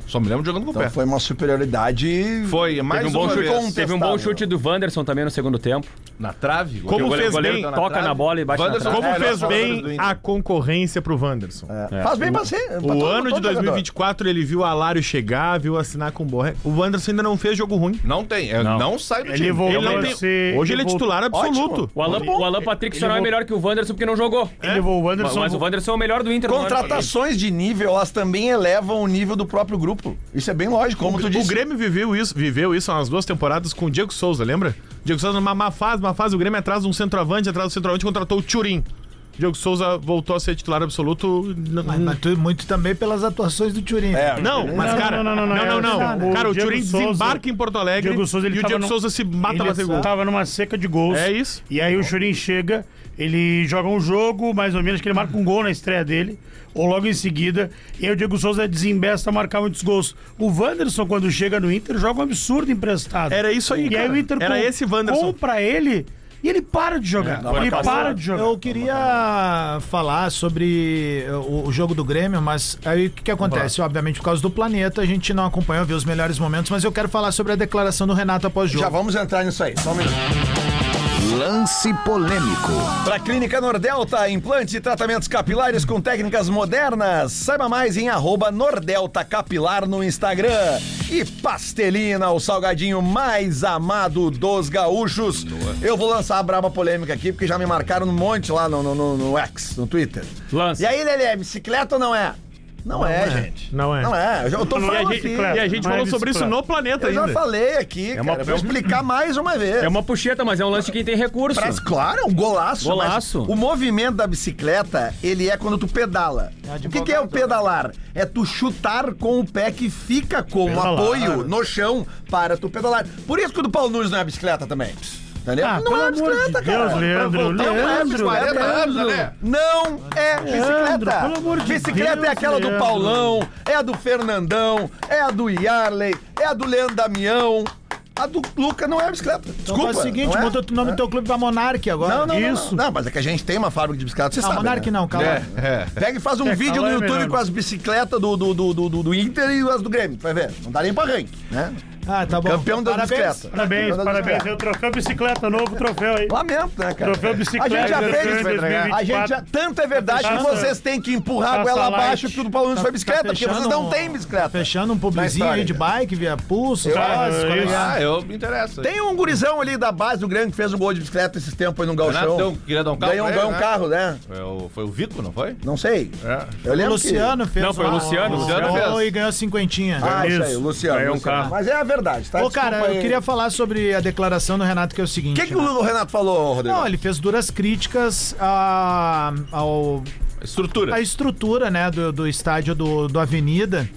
Speaker 7: Só me lembro jogando com o pé.
Speaker 2: Então foi uma superioridade.
Speaker 7: Foi, é mais
Speaker 6: Teve um, bom
Speaker 7: uma
Speaker 6: chute,
Speaker 7: vez.
Speaker 6: teve um bom chute do Wanderson também no segundo tempo.
Speaker 7: Na trave?
Speaker 3: Como
Speaker 7: o
Speaker 3: fez
Speaker 6: goleiro
Speaker 3: bem,
Speaker 7: tá
Speaker 6: toca na
Speaker 7: trave.
Speaker 6: bola e bate na
Speaker 7: Wanderson
Speaker 6: trave.
Speaker 3: Como
Speaker 7: é,
Speaker 3: fez
Speaker 7: melhor jogador do
Speaker 3: bem
Speaker 7: Inter.
Speaker 3: a concorrência pro Wanderson.
Speaker 2: É, Faz bem pra ser.
Speaker 3: O ano de 2024 ele viu o Alário chegar, viu assinar com o Borré. O Wanderson ainda não fez jogo ruim.
Speaker 7: Não tem, é, não. sai do time.
Speaker 5: Ele voltou
Speaker 3: Ele não
Speaker 5: a
Speaker 3: tem-
Speaker 5: ser-
Speaker 3: Hoje ele é
Speaker 5: voltou-
Speaker 3: titular absoluto.
Speaker 6: O Alan, o Alan Patrick só não é melhor que o Wanderson porque não jogou.
Speaker 5: Ele levou o
Speaker 6: Mas,
Speaker 5: Anderson.
Speaker 3: um
Speaker 6: mas o Wanderson é o melhor do Inter. no ano.
Speaker 2: Contratações de nível, elas também elevam o nível do próprio grupo. Isso é bem lógico, como tu
Speaker 3: O
Speaker 2: disse.
Speaker 3: Grêmio viveu isso, viveu isso há umas duas temporadas com o Diego Souza, lembra? Diego Souza numa má fase, má fase, o Grêmio atrás de um centroavante, atrás do centroavante contratou o Turim. Diego Souza voltou a ser titular absoluto. n-
Speaker 4: Mas, mas tu- muito também pelas atuações do Turin.
Speaker 2: É,
Speaker 3: Não, mas
Speaker 5: Não,
Speaker 3: cara,
Speaker 5: não, não, não, não, é, não.
Speaker 3: Cara, o,
Speaker 5: O Diego
Speaker 3: Turim
Speaker 5: Souza-
Speaker 3: desembarca em Porto Alegre
Speaker 5: Diego Souza, ele
Speaker 3: e o
Speaker 5: tava
Speaker 3: Diego
Speaker 5: no-
Speaker 3: Souza se mata pra fazer
Speaker 5: Ele
Speaker 3: gol.
Speaker 5: tava numa seca de gols.
Speaker 3: É isso.
Speaker 5: E aí o Churin chega, ele joga um jogo, mais ou menos, que ele marca um gol na estreia dele, ou logo em seguida, e aí o Diego Souza desembesta a marcar muitos gols. O Wanderson,
Speaker 4: Ah,
Speaker 5: quando chega no Inter, joga um absurdo emprestado.
Speaker 3: Era isso aí,
Speaker 5: E
Speaker 3: cara.
Speaker 5: aí o Inter
Speaker 3: Era
Speaker 5: com-
Speaker 3: esse Wanderson.
Speaker 5: compra ele E ele para de jogar. ele para de jogar.
Speaker 4: Eu queria falar sobre eh, o, o jogo do Grêmio, mas aí o que, que acontece? Obviamente, por causa do planeta, a gente não acompanhou, viu os melhores momentos, mas eu quero falar sobre a declaração do Renato após o jogo.
Speaker 8: Então-
Speaker 2: Já vamos entrar nisso aí, só um minuto.
Speaker 8: Lance polêmico.
Speaker 2: Pra Clínica Nordelta, implante e tratamentos capilares com técnicas modernas. Saiba mais em arroba Nordelta Capilar no Instagram. E Pastelina, o salgadinho mais amado dos gaúchos. Eu vou lançar a braba polêmica aqui, porque já me marcaram um monte lá no, no, no, no X, no Twitter.
Speaker 6: Lança.
Speaker 2: E aí, Lelê, é bicicleta ou não é? Não, é, gente.
Speaker 3: Não é.
Speaker 2: Não é. Eu, já- eu tô
Speaker 3: E a
Speaker 2: falando
Speaker 3: gente,
Speaker 2: aqui.
Speaker 3: e a gente
Speaker 5: Não é
Speaker 3: falou sobre isso
Speaker 5: bicicleta.
Speaker 3: no planeta
Speaker 2: Eu já
Speaker 3: ainda.
Speaker 2: falei aqui,
Speaker 6: uma-
Speaker 2: cara. Vou explicar mais uma vez.
Speaker 6: É uma puxeta, mas é um lance de quem tem recurso.
Speaker 2: Mas claro, é um golaço.
Speaker 6: Golaço.
Speaker 2: mas O movimento da bicicleta, ele é quando tu pedala. o que, que
Speaker 4: né?
Speaker 2: é o pedalar? É tu chutar com o pé que fica com o
Speaker 5: Pedalar.
Speaker 2: apoio no chão para tu pedalar. Por isso que o do Paulo Nunes não é bicicleta também. Entendeu?
Speaker 5: Ah,
Speaker 2: não
Speaker 5: pelo
Speaker 2: é
Speaker 5: amor
Speaker 2: bicicleta,
Speaker 5: de
Speaker 2: cara.
Speaker 5: Deus, Leandro.
Speaker 2: Não é
Speaker 5: Leandro,
Speaker 2: bicicleta.
Speaker 5: Leandro.
Speaker 2: Não é bicicleta.
Speaker 5: pelo amor de
Speaker 2: bicicleta
Speaker 5: Deus,
Speaker 2: é aquela do
Speaker 5: Leandro.
Speaker 2: Paulão, é a do Fernandão, é a do Yarley, é a do Leandro Damião. A do Luca não é bicicleta.
Speaker 4: Então
Speaker 2: Desculpa.
Speaker 4: faz o seguinte,
Speaker 2: não é?
Speaker 4: muda o nome do teu clube pra Monark agora.
Speaker 2: Não, não, não,
Speaker 5: Isso.
Speaker 2: Não, Não, mas é que a gente tem uma fábrica de bicicleta, você
Speaker 4: Ah,
Speaker 2: sabe.
Speaker 4: Monark
Speaker 2: né?
Speaker 4: não, calma.
Speaker 2: Pega e faz um
Speaker 5: É,
Speaker 2: vídeo no
Speaker 5: calma aí,
Speaker 2: YouTube
Speaker 5: melhor.
Speaker 2: com as bicicletas do, do, do, do, do- do Inter e as do Grêmio, tu vai ver. Não dá nem pra ranking, né?
Speaker 4: Ah, tá bom.
Speaker 2: Campeão da
Speaker 4: Parabéns.
Speaker 2: bicicleta.
Speaker 5: Parabéns,
Speaker 2: Campeão da
Speaker 5: parabéns.
Speaker 2: bicicleta.
Speaker 5: Eu troféu bicicleta, novo troféu aí.
Speaker 2: Lamento, né, cara?
Speaker 5: Troféu bicicleta.
Speaker 2: A gente já
Speaker 5: campeão
Speaker 2: fez,
Speaker 5: em
Speaker 2: vai entregar. A gente já,
Speaker 5: 2024.
Speaker 2: tanto é verdade que
Speaker 5: Taça-
Speaker 2: vocês têm que empurrar a
Speaker 5: Taça
Speaker 2: goela
Speaker 5: Light.
Speaker 2: abaixo que o do Paulo Nunes
Speaker 4: Tá-
Speaker 2: foi
Speaker 4: tá
Speaker 2: bicicleta, porque vocês
Speaker 4: fechando
Speaker 2: não
Speaker 4: um-
Speaker 2: têm bicicleta.
Speaker 4: Fechando um publizinho
Speaker 2: história,
Speaker 4: aí de
Speaker 2: né?
Speaker 4: bike, via pulso,
Speaker 5: Ah,
Speaker 4: quase,
Speaker 5: isso.
Speaker 7: Ah, eu me interesso.
Speaker 2: Tem um gurizão ali da base do Grêmio que fez um gol de bicicleta esses tempos aí no
Speaker 7: Renato
Speaker 2: Galchão.
Speaker 7: deu- queria dar um carro
Speaker 2: Ganhou
Speaker 7: pra
Speaker 2: ganhou
Speaker 7: ele,
Speaker 2: um
Speaker 7: né?
Speaker 2: carro, né?
Speaker 7: É o- foi o Vico, não foi?
Speaker 2: Não sei.
Speaker 7: É.
Speaker 2: Eu
Speaker 4: O
Speaker 2: lembro que-
Speaker 4: Luciano fez.
Speaker 6: Não, foi o
Speaker 4: lá,
Speaker 6: Luciano,
Speaker 4: ó,
Speaker 7: Luciano
Speaker 4: ó,
Speaker 7: fez.
Speaker 4: E ganhou cinquentinha.
Speaker 2: Ah, isso aí,
Speaker 5: Isso.
Speaker 2: o Luciano.
Speaker 6: Ganhou um
Speaker 2: Luciano.
Speaker 6: carro.
Speaker 2: Mas é a verdade, tá?
Speaker 4: Ô, cara,
Speaker 2: Desculpa aí.
Speaker 4: eu queria falar sobre a declaração do Renato, que é o
Speaker 2: O
Speaker 4: seguinte.
Speaker 2: que, que
Speaker 4: né?
Speaker 2: o Renato falou, Rodrigo?
Speaker 4: Não, ele fez duras críticas à, ao,
Speaker 7: Estrutura.
Speaker 4: à estrutura, né, do, do estádio do, do Avenida.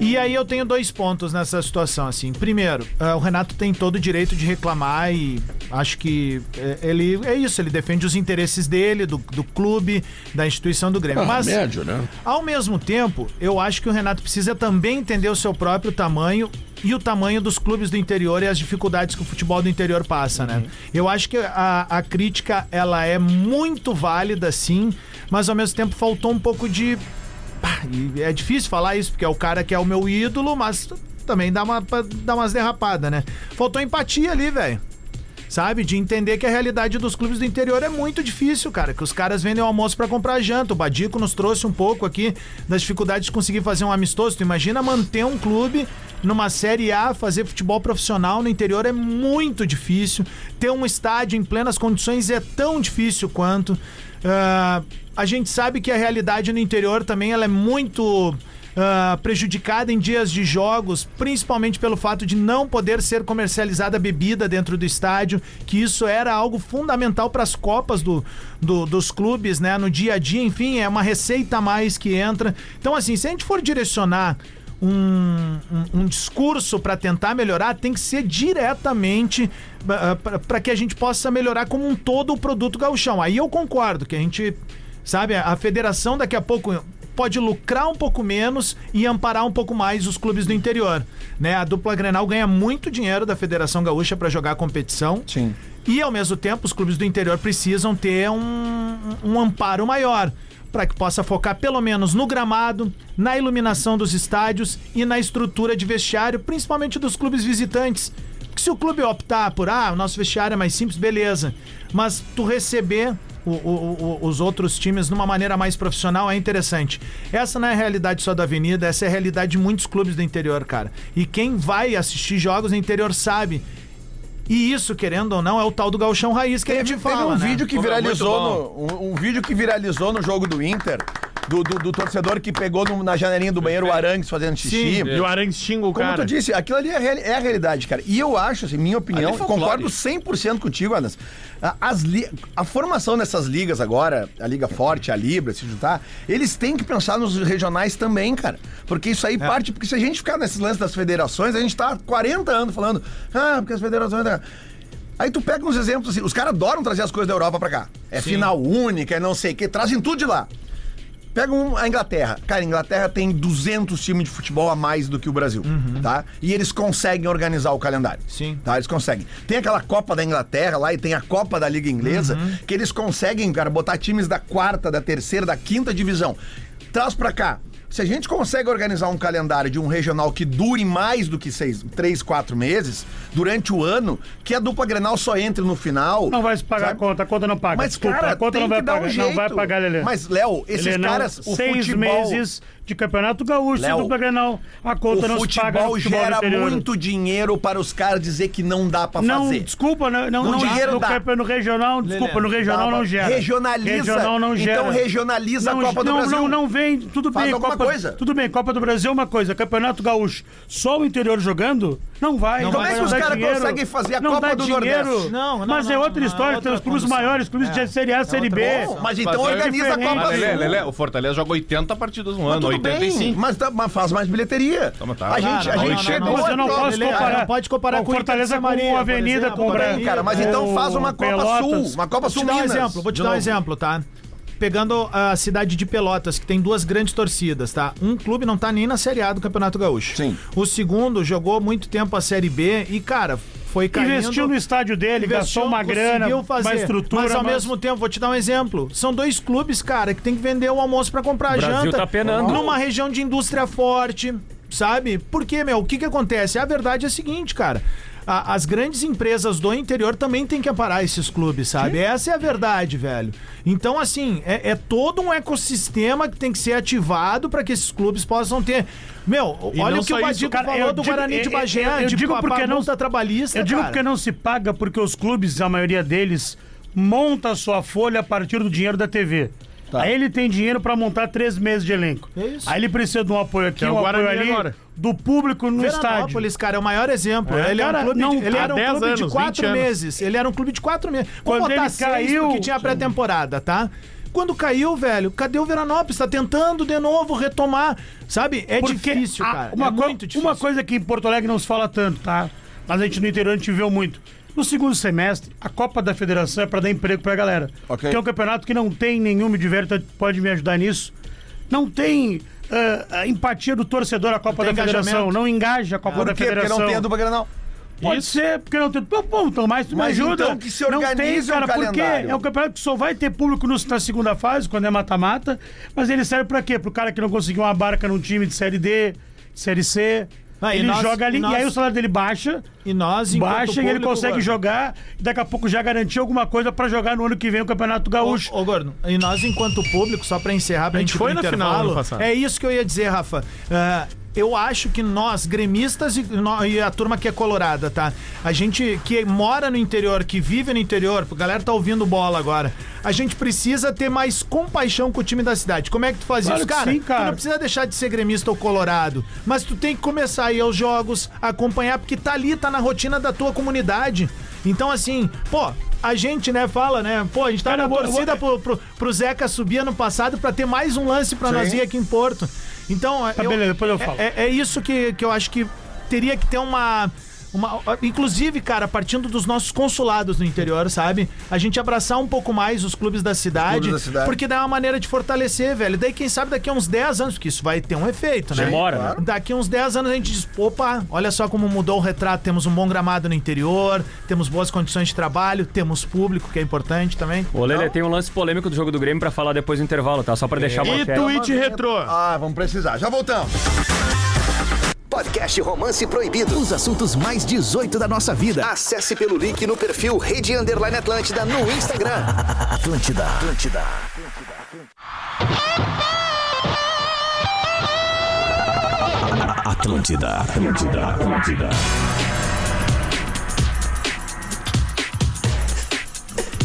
Speaker 4: E aí eu tenho dois pontos nessa situação, assim. Primeiro, eh, o Renato tem todo o direito de reclamar e acho que eh, ele é isso, ele defende os interesses dele, do, do clube, da instituição do
Speaker 7: Ah,
Speaker 4: Grêmio. Mas,
Speaker 1: Médio, né?
Speaker 4: ao mesmo tempo, eu acho que o Renato precisa também entender o seu próprio tamanho e o tamanho dos clubes do interior e as dificuldades que o futebol do interior passa, né? Eu acho que a, a crítica, ela é muito válida, sim, mas ao mesmo tempo faltou um pouco de... Pá, e É difícil falar isso, porque é o cara que é o meu ídolo, mas também dá, uma, pra- dá umas derrapadas, né? Faltou empatia ali, velho sabe? De entender que a realidade dos clubes do interior é muito difícil, cara. Que os caras vendem o almoço pra comprar janta. O Badico nos trouxe um pouco aqui das dificuldades de conseguir fazer um amistoso. Tu imagina manter um clube numa Série A, fazer futebol profissional no interior é muito difícil. Ter um estádio em plenas condições é tão difícil quanto. Ah, a gente sabe que a realidade no interior também ela é muito ah, prejudicada em dias de jogos, principalmente pelo fato de não poder ser comercializada bebida dentro do estádio, que isso era algo fundamental para as copas do, do- dos clubes, né? No dia a dia, enfim, é uma receita a mais que entra. Então, assim, se a gente for direcionar um, um- um discurso para tentar melhorar tem que ser diretamente ah, para que a gente possa melhorar como um todo o produto gauchão. Aí eu concordo que a gente, sabe, a a federação daqui a pouco pode lucrar um pouco menos e amparar um pouco mais os clubes do interior, né? A dupla Grenal ganha muito dinheiro da Federação Gaúcha para jogar a competição. Sim. E ao mesmo tempo, os clubes do interior precisam ter um, um amparo maior para que possa focar pelo menos no gramado, na iluminação dos estádios e na estrutura de vestiário, principalmente dos clubes visitantes. Porque se o clube optar por, ah, o nosso vestiário é mais simples, beleza. Mas tu receber o- o- o- os outros times numa maneira mais profissional é interessante. Essa não é a realidade só da Avenida, essa é a realidade de muitos clubes do interior, cara. E quem vai assistir jogos no interior sabe. E isso, querendo ou não, é o tal do gauchão raiz que a gente
Speaker 2: Teve, teve
Speaker 4: fala,
Speaker 2: um
Speaker 4: né?
Speaker 2: vídeo que
Speaker 7: Pô, meu,
Speaker 2: viralizou
Speaker 7: muito
Speaker 2: no, um, um vídeo que viralizou no jogo do Inter, do, do, do torcedor que pegou no- na janelinha do banheiro o Arangues fazendo xixi.
Speaker 3: E o Arangues xinga o
Speaker 2: Como
Speaker 3: cara.
Speaker 2: tu disse, aquilo ali é, a reali- é a realidade, cara. E eu acho, assim, minha opinião,
Speaker 7: Ali é folclore.
Speaker 2: concordo 100% contigo, Anas. A- As li- a formação dessas ligas agora, a Liga Forte, a Libra, se juntar, eles têm que pensar nos regionais também, cara. Porque isso aí
Speaker 7: É.
Speaker 2: parte, porque se a gente ficar nesses lances das federações, a gente tá há 40 anos falando, ah, porque as federações... Aí tu pega uns exemplos assim, os caras adoram trazer as coisas da Europa pra cá. É final única, é não sei o quê, trazem tudo de lá.
Speaker 9: Pega um- a Inglaterra. Cara, a Inglaterra tem 200 times de futebol a mais do que o Brasil,
Speaker 5: Uhum.
Speaker 9: tá? E eles conseguem organizar o calendário.
Speaker 4: Sim.
Speaker 9: Tá? Eles conseguem. Tem aquela Copa da Inglaterra lá e tem a Copa da Liga Inglesa,
Speaker 5: Uhum.
Speaker 9: que eles conseguem, cara, botar times da quarta, da terceira, da quinta divisão. Traz pra cá. Se a gente consegue organizar um calendário de um regional que dure mais do que seis, três, quatro meses, durante o ano, que a dupla Grenal só entre no final.
Speaker 5: Não vai se pagar
Speaker 9: sabe?
Speaker 5: a conta, a conta não paga.
Speaker 9: Mas,
Speaker 5: Desculpa,
Speaker 9: cara,
Speaker 5: a conta
Speaker 9: tem
Speaker 5: não vai
Speaker 9: que dar um
Speaker 5: pagar. não
Speaker 9: jeito.
Speaker 5: vai pagar, Lelê.
Speaker 9: Mas, Léo, esses
Speaker 5: Lelê, não.
Speaker 9: caras, o
Speaker 5: Seis
Speaker 9: futebol-
Speaker 5: meses de campeonato gaúcho,
Speaker 9: Léo,
Speaker 5: dupla Grenal. A
Speaker 9: O
Speaker 5: conta não se paga. no
Speaker 9: futebol
Speaker 5: do
Speaker 9: gera
Speaker 5: interior.
Speaker 9: muito dinheiro para os caras dizer que não dá pra
Speaker 5: Não,
Speaker 9: fazer.
Speaker 5: desculpa, não, não,
Speaker 9: No
Speaker 5: não
Speaker 9: dinheiro
Speaker 5: no,
Speaker 9: dá.
Speaker 5: campe- no regional, desculpa, no regional
Speaker 9: Dá,
Speaker 5: não
Speaker 9: mas
Speaker 5: gera.
Speaker 9: Regionaliza.
Speaker 5: Regional não gera.
Speaker 9: Então regionaliza
Speaker 5: não,
Speaker 9: a Copa do
Speaker 5: não,
Speaker 9: Brasil.
Speaker 5: Não, não vem, tudo
Speaker 9: Faz
Speaker 5: bem.
Speaker 9: alguma
Speaker 5: Copa,
Speaker 9: coisa.
Speaker 5: Tudo bem, Copa do Brasil é uma coisa, Campeonato Gaúcho, só o interior jogando, não vai.
Speaker 4: Como é que os
Speaker 9: caras
Speaker 5: dinheiro,
Speaker 9: conseguem fazer a
Speaker 5: não
Speaker 9: Copa
Speaker 5: dá
Speaker 9: do
Speaker 5: dinheiro.
Speaker 9: Nordeste?
Speaker 4: Não, não,
Speaker 5: Mas é
Speaker 4: não,
Speaker 5: outra
Speaker 4: não,
Speaker 5: história,
Speaker 4: é
Speaker 5: tem os
Speaker 4: outra
Speaker 5: clubes
Speaker 4: condição.
Speaker 5: maiores, clubes de
Speaker 4: É,
Speaker 5: Série A, Série B.
Speaker 9: Bom, mas então
Speaker 7: Mas é
Speaker 9: organiza a
Speaker 5: diferente.
Speaker 9: Copa
Speaker 7: Mas,
Speaker 9: do
Speaker 7: Lelê,
Speaker 9: Brasil.
Speaker 7: Lelê, o Fortaleza joga 80 partidas no
Speaker 9: Mas
Speaker 7: ano,
Speaker 9: tudo bem,
Speaker 7: 85.
Speaker 9: mas, tá- mas faz mais bilheteria.
Speaker 7: Toma, tá.
Speaker 9: A gente,
Speaker 7: Claro,
Speaker 9: a
Speaker 7: não,
Speaker 9: gente
Speaker 7: não,
Speaker 9: chegou...
Speaker 7: não,
Speaker 5: mas eu não
Speaker 9: a-
Speaker 5: posso
Speaker 4: Lelê,
Speaker 5: comparar.
Speaker 4: não pode comparar com o
Speaker 5: Fortaleza
Speaker 4: Inter de Santa Maria,
Speaker 5: com a
Speaker 4: por
Speaker 5: Avenida,
Speaker 4: exemplo,
Speaker 5: com o
Speaker 4: também,
Speaker 5: Bra-
Speaker 9: cara, mas
Speaker 5: com
Speaker 9: então faz uma
Speaker 5: o
Speaker 9: Copa
Speaker 5: Pelotas.
Speaker 9: Sul, uma Copa
Speaker 4: Vou
Speaker 9: Sul
Speaker 4: te dar um
Speaker 9: Minas.
Speaker 4: exemplo, vou te
Speaker 9: de
Speaker 4: dar um
Speaker 9: novo.
Speaker 4: exemplo, tá? Pegando ah, a cidade de Pelotas, que tem duas grandes torcidas, tá? Um clube não tá nem na Série A do Campeonato Gaúcho.
Speaker 9: Sim.
Speaker 4: O segundo jogou muito tempo a Série B e, cara, foi caindo.
Speaker 5: Investiu no estádio dele,
Speaker 4: Investiu,
Speaker 5: gastou uma grana,
Speaker 4: conseguiu
Speaker 5: uma estrutura.
Speaker 4: Mas ao mesmo tempo, vou te dar um exemplo. São dois clubes, cara, que tem que vender o almoço pra comprar a
Speaker 6: Brasil
Speaker 4: janta.
Speaker 6: tá penando.
Speaker 4: Numa região de indústria forte, sabe? Porque, meu, o que que acontece? A verdade é a seguinte, cara. a- As grandes empresas do interior também têm que aparar esses clubes, sabe? Essa é a verdade, velho. Então, assim, é, é todo um ecossistema que tem que ser ativado pra que esses clubes possam ter. Meu,
Speaker 3: E
Speaker 4: olha
Speaker 3: não
Speaker 4: o que
Speaker 3: só
Speaker 4: o
Speaker 3: isso,
Speaker 4: Badico
Speaker 5: cara,
Speaker 4: falou
Speaker 5: eu
Speaker 4: do
Speaker 5: digo-
Speaker 4: Guarani de
Speaker 5: eu-
Speaker 4: Bagé,
Speaker 5: eu- eu
Speaker 4: de
Speaker 5: digo
Speaker 4: pa-
Speaker 5: porque não-
Speaker 4: multa trabalhista,
Speaker 5: Eu digo
Speaker 4: cara.
Speaker 5: porque não se paga, porque os clubes, a maioria deles, monta a sua folha a partir do dinheiro da TV. Aí ele tem dinheiro pra montar três meses de elenco.
Speaker 4: Tá. É isso.
Speaker 5: Aí ele precisa de um apoio aqui,
Speaker 3: é o
Speaker 5: um apoio
Speaker 3: Guarani
Speaker 5: ali,
Speaker 3: agora.
Speaker 5: do público no estádio.
Speaker 4: Veranópolis, cara, é o maior exemplo.
Speaker 5: É,
Speaker 4: ele era
Speaker 5: cara,
Speaker 4: um clube,
Speaker 5: não,
Speaker 4: de, ele
Speaker 3: há
Speaker 4: era um
Speaker 3: 10
Speaker 4: clube de
Speaker 3: anos, 20
Speaker 4: quatro
Speaker 3: anos.
Speaker 4: meses. Ele era um clube de quatro meses. Vou
Speaker 5: Quando
Speaker 4: botar
Speaker 5: ele
Speaker 4: seis,
Speaker 5: caiu-
Speaker 4: Porque tinha a pré-temporada, tá? Quando caiu, velho, cadê o Veranópolis? Tá tentando de novo retomar. Sabe? É
Speaker 5: Porque
Speaker 4: difícil,
Speaker 5: a-
Speaker 4: cara.
Speaker 5: Uma,
Speaker 4: é
Speaker 5: co-
Speaker 4: muito difícil.
Speaker 5: uma coisa que em Porto Alegre não se fala tanto, tá? Mas a gente no interior a gente vê muito. No segundo semestre, a Copa da Federação é pra dar emprego pra galera.
Speaker 2: Ok.
Speaker 5: Que é um campeonato que não tem nenhum, me diverta, pode me ajudar nisso. Não tem ah, a empatia do torcedor à Copa
Speaker 4: tem
Speaker 5: da Federação.
Speaker 4: engajamento. Ah,
Speaker 5: Não engaja a Copa
Speaker 2: Por
Speaker 5: da
Speaker 2: quê? Porque
Speaker 5: Federação.
Speaker 2: não tem a dupla Grenal.
Speaker 5: Pode ser, porque não tem. Pô, pô, então, mas tu me
Speaker 2: Mas
Speaker 5: ajuda.
Speaker 2: então que se
Speaker 5: não tem,
Speaker 2: organize
Speaker 5: cara,
Speaker 2: um
Speaker 5: porque
Speaker 2: calendário.
Speaker 5: é um campeonato que só vai ter público no, na segunda fase, quando é mata-mata. Mas ele serve pra quê? Pro cara que não conseguiu uma barca num time de Série D, Série C.
Speaker 4: Ah, e
Speaker 5: ele
Speaker 4: nós-
Speaker 5: joga ali
Speaker 4: e
Speaker 5: e,
Speaker 4: nós-
Speaker 5: aí o salário dele baixa.
Speaker 4: E nós, enquanto
Speaker 5: Baixa e ele
Speaker 4: público,
Speaker 5: consegue
Speaker 4: Gordo,
Speaker 5: jogar e daqui a pouco já garantiu alguma coisa pra jogar no ano que vem o Campeonato Gaúcho.
Speaker 4: Ô, ô, Gordo, e nós, enquanto público, só pra encerrar, pra
Speaker 3: A gente
Speaker 4: ir pro
Speaker 3: foi na final
Speaker 4: intervalo,
Speaker 3: ano passado.
Speaker 4: É isso que eu ia dizer, Rafa. Ah, eu acho que nós, gremistas e, nó- e a turma que é colorada, tá? A gente que mora no interior, que vive no interior, a galera tá ouvindo bola agora. A gente precisa ter mais compaixão com o time da cidade. Como é que tu faz
Speaker 5: Claro
Speaker 4: isso,
Speaker 5: que
Speaker 4: cara?
Speaker 5: sim, cara.
Speaker 4: Tu não precisa deixar de ser gremista ou colorado, mas tu tem que começar a ir aos jogos, acompanhar, porque tá ali, tá na rotina da tua comunidade. Então, assim, pô, a gente, né, fala, né? Pô, a gente tá
Speaker 5: Cara,
Speaker 4: na
Speaker 5: É, eu vou- eu
Speaker 4: torcida pro, pro, pro Zeca subir ano passado pra ter mais um lance pra nós ir aqui em Porto. Então, eu-
Speaker 5: Tá, beleza, depois eu
Speaker 4: é-
Speaker 5: falo.
Speaker 4: É, é isso que, que eu acho que teria que ter uma. Uma, inclusive, cara, partindo dos nossos consulados no interior, sabe? A gente abraçar um pouco mais os clubes da cidade,
Speaker 9: clubes da cidade.
Speaker 4: porque dá uma maneira de fortalecer, velho. Daí, quem sabe, daqui a uns 10 anos, porque isso vai ter um efeito, né?
Speaker 6: Demora, né?
Speaker 4: Daqui a uns 10 anos a gente diz, opa, olha só como mudou o retrato. Temos um bom gramado no interior, temos boas condições de trabalho, temos público, que é importante também.
Speaker 6: Ô, Lelê, tem um lance polêmico do jogo do Grêmio pra falar depois do intervalo, tá? Só pra deixar
Speaker 3: É. E
Speaker 6: manchete.
Speaker 3: tweet retrô.
Speaker 2: Ah, vamos precisar. Já voltamos.
Speaker 10: Podcast Romance Proibido. Os assuntos mais 18 da nossa vida. Acesse pelo link no perfil Rede Underline Atlântida no Instagram. Atlântida. Atlântida.
Speaker 1: Atlântida, Atlântida, Atlântida.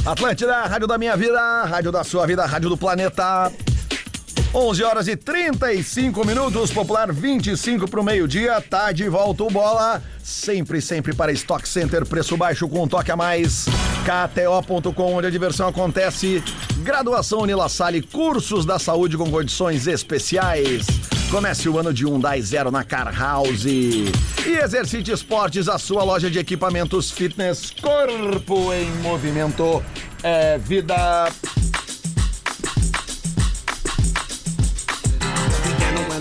Speaker 2: Atlântida, rádio da minha vida, rádio da sua vida, rádio do planeta. 11 horas e 35 minutos, popular 25 para o meio-dia, tá de volta o bola. Sempre, sempre para Stock Center, preço baixo com um toque a mais. KTO.com, onde a diversão acontece. Graduação Unila Salle, cursos da saúde com condições especiais. Comece o ano de Hyundai Zero na Car House. E Exercite Esportes, a sua loja de equipamentos fitness. Corpo em movimento é vida.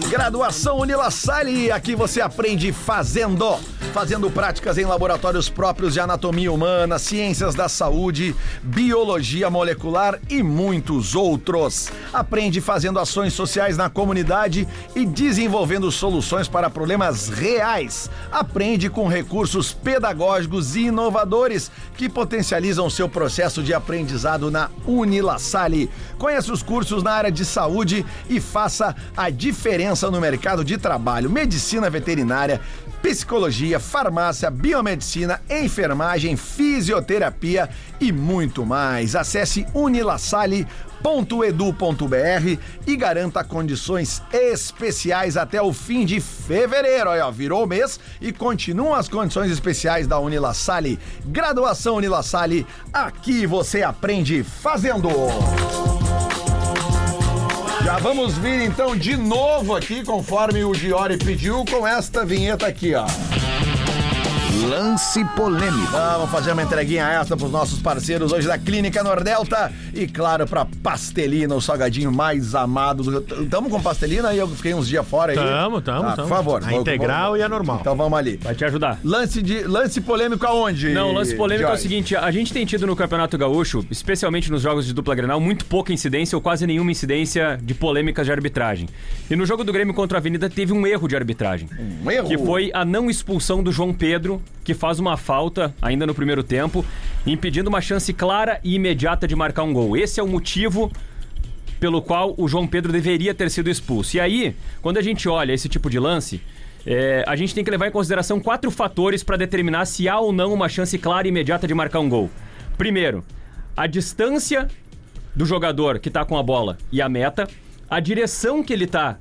Speaker 2: Graduação Unila Salle, aqui você aprende fazendo. Fazendo práticas em laboratórios próprios de anatomia humana, ciências da saúde, biologia molecular e muitos outros. Aprende fazendo ações sociais na comunidade e desenvolvendo soluções para problemas reais. Aprende com recursos pedagógicos e inovadores que potencializam seu processo de aprendizado na Unila Salle. Conheça os cursos na área de saúde e faça a diferença no mercado de trabalho. Medicina veterinária, psicologia, farmácia, biomedicina, enfermagem, fisioterapia e muito mais. Acesse unilassale.edu.br e garanta condições especiais até o fim de fevereiro. Olha, ó, virou o mês e continuam as condições especiais da Unilassalle. Graduação Unilassalle, aqui você aprende fazendo. Já vamos vir então de novo aqui, conforme o Giori pediu, com esta vinheta aqui, ó.
Speaker 10: Lance polêmico.
Speaker 2: Vamos fazer uma entreguinha extra pros nossos parceiros hoje da Clínica Nordelta e, claro, pra Pastelina, o salgadinho mais amado. Do... Tamo com Pastelina aí, eu fiquei uns dias fora aí.
Speaker 3: Tamo, tamo,
Speaker 2: Ah, Por
Speaker 3: tamo.
Speaker 2: favor.
Speaker 3: A
Speaker 2: vamos-
Speaker 3: integral
Speaker 2: vamos-
Speaker 3: e a normal.
Speaker 2: Então vamos ali.
Speaker 6: Vai te ajudar.
Speaker 2: Lance, de, lance polêmico aonde?
Speaker 6: Não, o lance polêmico é o
Speaker 2: Giori?
Speaker 6: seguinte: a gente tem tido no Campeonato Gaúcho, especialmente nos jogos de dupla grenal, muito pouca incidência ou quase nenhuma incidência de polêmicas de arbitragem. E no jogo do Grêmio contra a Avenida teve um erro de arbitragem.
Speaker 3: Hum,
Speaker 2: Um erro.
Speaker 6: Que foi a não expulsão do João Pedro, que faz uma falta ainda no primeiro tempo, impedindo uma chance clara e imediata de marcar um gol. Esse é o motivo pelo qual o João Pedro deveria ter sido expulso. E aí, quando a gente olha esse tipo de lance, é, a gente tem que levar em consideração quatro fatores para determinar se há ou não uma chance clara e imediata de marcar um gol. Primeiro, a distância do jogador que está com a bola e a meta, a direção que ele está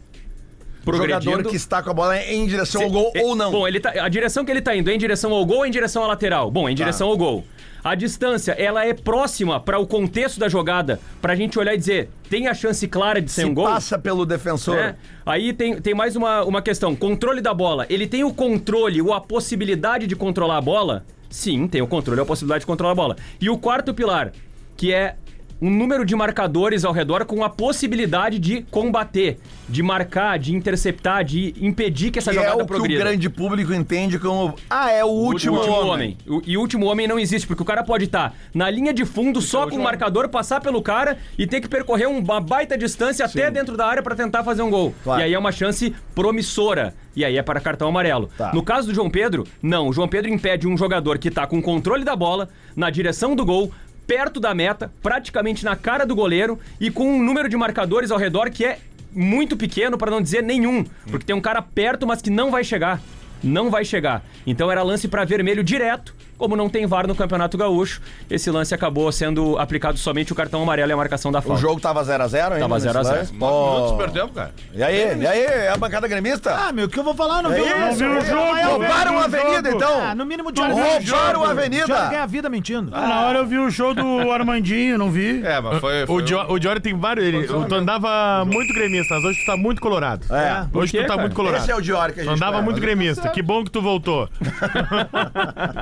Speaker 2: O jogador
Speaker 6: progredindo.
Speaker 2: que está com a bola em direção
Speaker 6: Se-
Speaker 2: ao gol
Speaker 6: é-
Speaker 2: ou não.
Speaker 6: Bom, ele tá, a direção que ele tá indo é em direção ao gol ou em direção à lateral? Bom,
Speaker 2: Tá.
Speaker 6: é em direção ao gol. A distância, ela é próxima para o contexto da jogada, pra gente olhar e dizer, tem a chance clara de ser
Speaker 2: Se
Speaker 6: um gol?
Speaker 2: passa pelo defensor.
Speaker 6: né? Aí tem, tem mais uma, uma questão, controle da bola. Ele tem o controle ou a possibilidade de controlar a bola? Sim, tem o controle ou a possibilidade de controlar a bola. E o quarto pilar, que é um número de marcadores ao redor com a possibilidade de combater, de marcar, de interceptar, de impedir que essa
Speaker 2: Que é
Speaker 6: jogada
Speaker 2: o que o
Speaker 6: progrida.
Speaker 2: grande público entende como. Ah, é o último, homem.
Speaker 6: O- E o último homem não existe, porque o cara pode estar na linha de fundo
Speaker 2: é
Speaker 6: só com o marcador, passar pelo cara e ter que percorrer uma baita distância até dentro da área pra tentar fazer um gol.
Speaker 2: Claro.
Speaker 6: E aí é uma chance promissora. E aí é para cartão amarelo.
Speaker 2: Tá.
Speaker 6: No caso do João Pedro, não. O João Pedro impede um jogador que tá com o controle da bola na direção do gol. Perto da meta, praticamente na cara do goleiro e com um número de marcadores ao redor que é muito pequeno, pra não dizer nenhum, porque tem um cara perto, mas que não vai chegar não vai chegar. Então era lance pra vermelho direto, como não tem VAR no Campeonato Gaúcho. Esse lance acabou sendo aplicado somente o cartão amarelo e a marcação da
Speaker 2: O
Speaker 6: falta.
Speaker 2: jogo tava 0x0 ainda?
Speaker 6: Tava
Speaker 2: nesse
Speaker 6: 0 a 0.
Speaker 2: lance?
Speaker 7: Nove minutos
Speaker 2: Pô.
Speaker 7: perdemos, cara.
Speaker 2: E aí, e aí, é a bancada gremista?
Speaker 4: Ah, meu, o que eu vou falar? Não
Speaker 2: É
Speaker 4: viu
Speaker 2: isso,
Speaker 4: não
Speaker 2: não
Speaker 4: viu
Speaker 2: viu o
Speaker 4: Não, é
Speaker 2: jogo.
Speaker 4: o-
Speaker 2: Roubaram a Avenida, então.
Speaker 4: Ah, no mínimo de
Speaker 2: Roubaram a
Speaker 4: Johnny
Speaker 2: Avenida.
Speaker 4: ganha a vida mentindo.
Speaker 5: Ah, na hora eu vi o show do Armandinho, não vi.
Speaker 7: É, mas foi.
Speaker 3: O,
Speaker 7: foi
Speaker 3: Jo- o Jory tem vários. Ele, tu andava muito gremista, mas hoje tu tá muito colorado.
Speaker 2: É.
Speaker 3: Hoje tu tá muito colorado.
Speaker 2: Esse é o Dior que a
Speaker 3: Tu
Speaker 2: gente
Speaker 3: andava
Speaker 2: conhece.
Speaker 3: muito gremista. Que bom que tu voltou.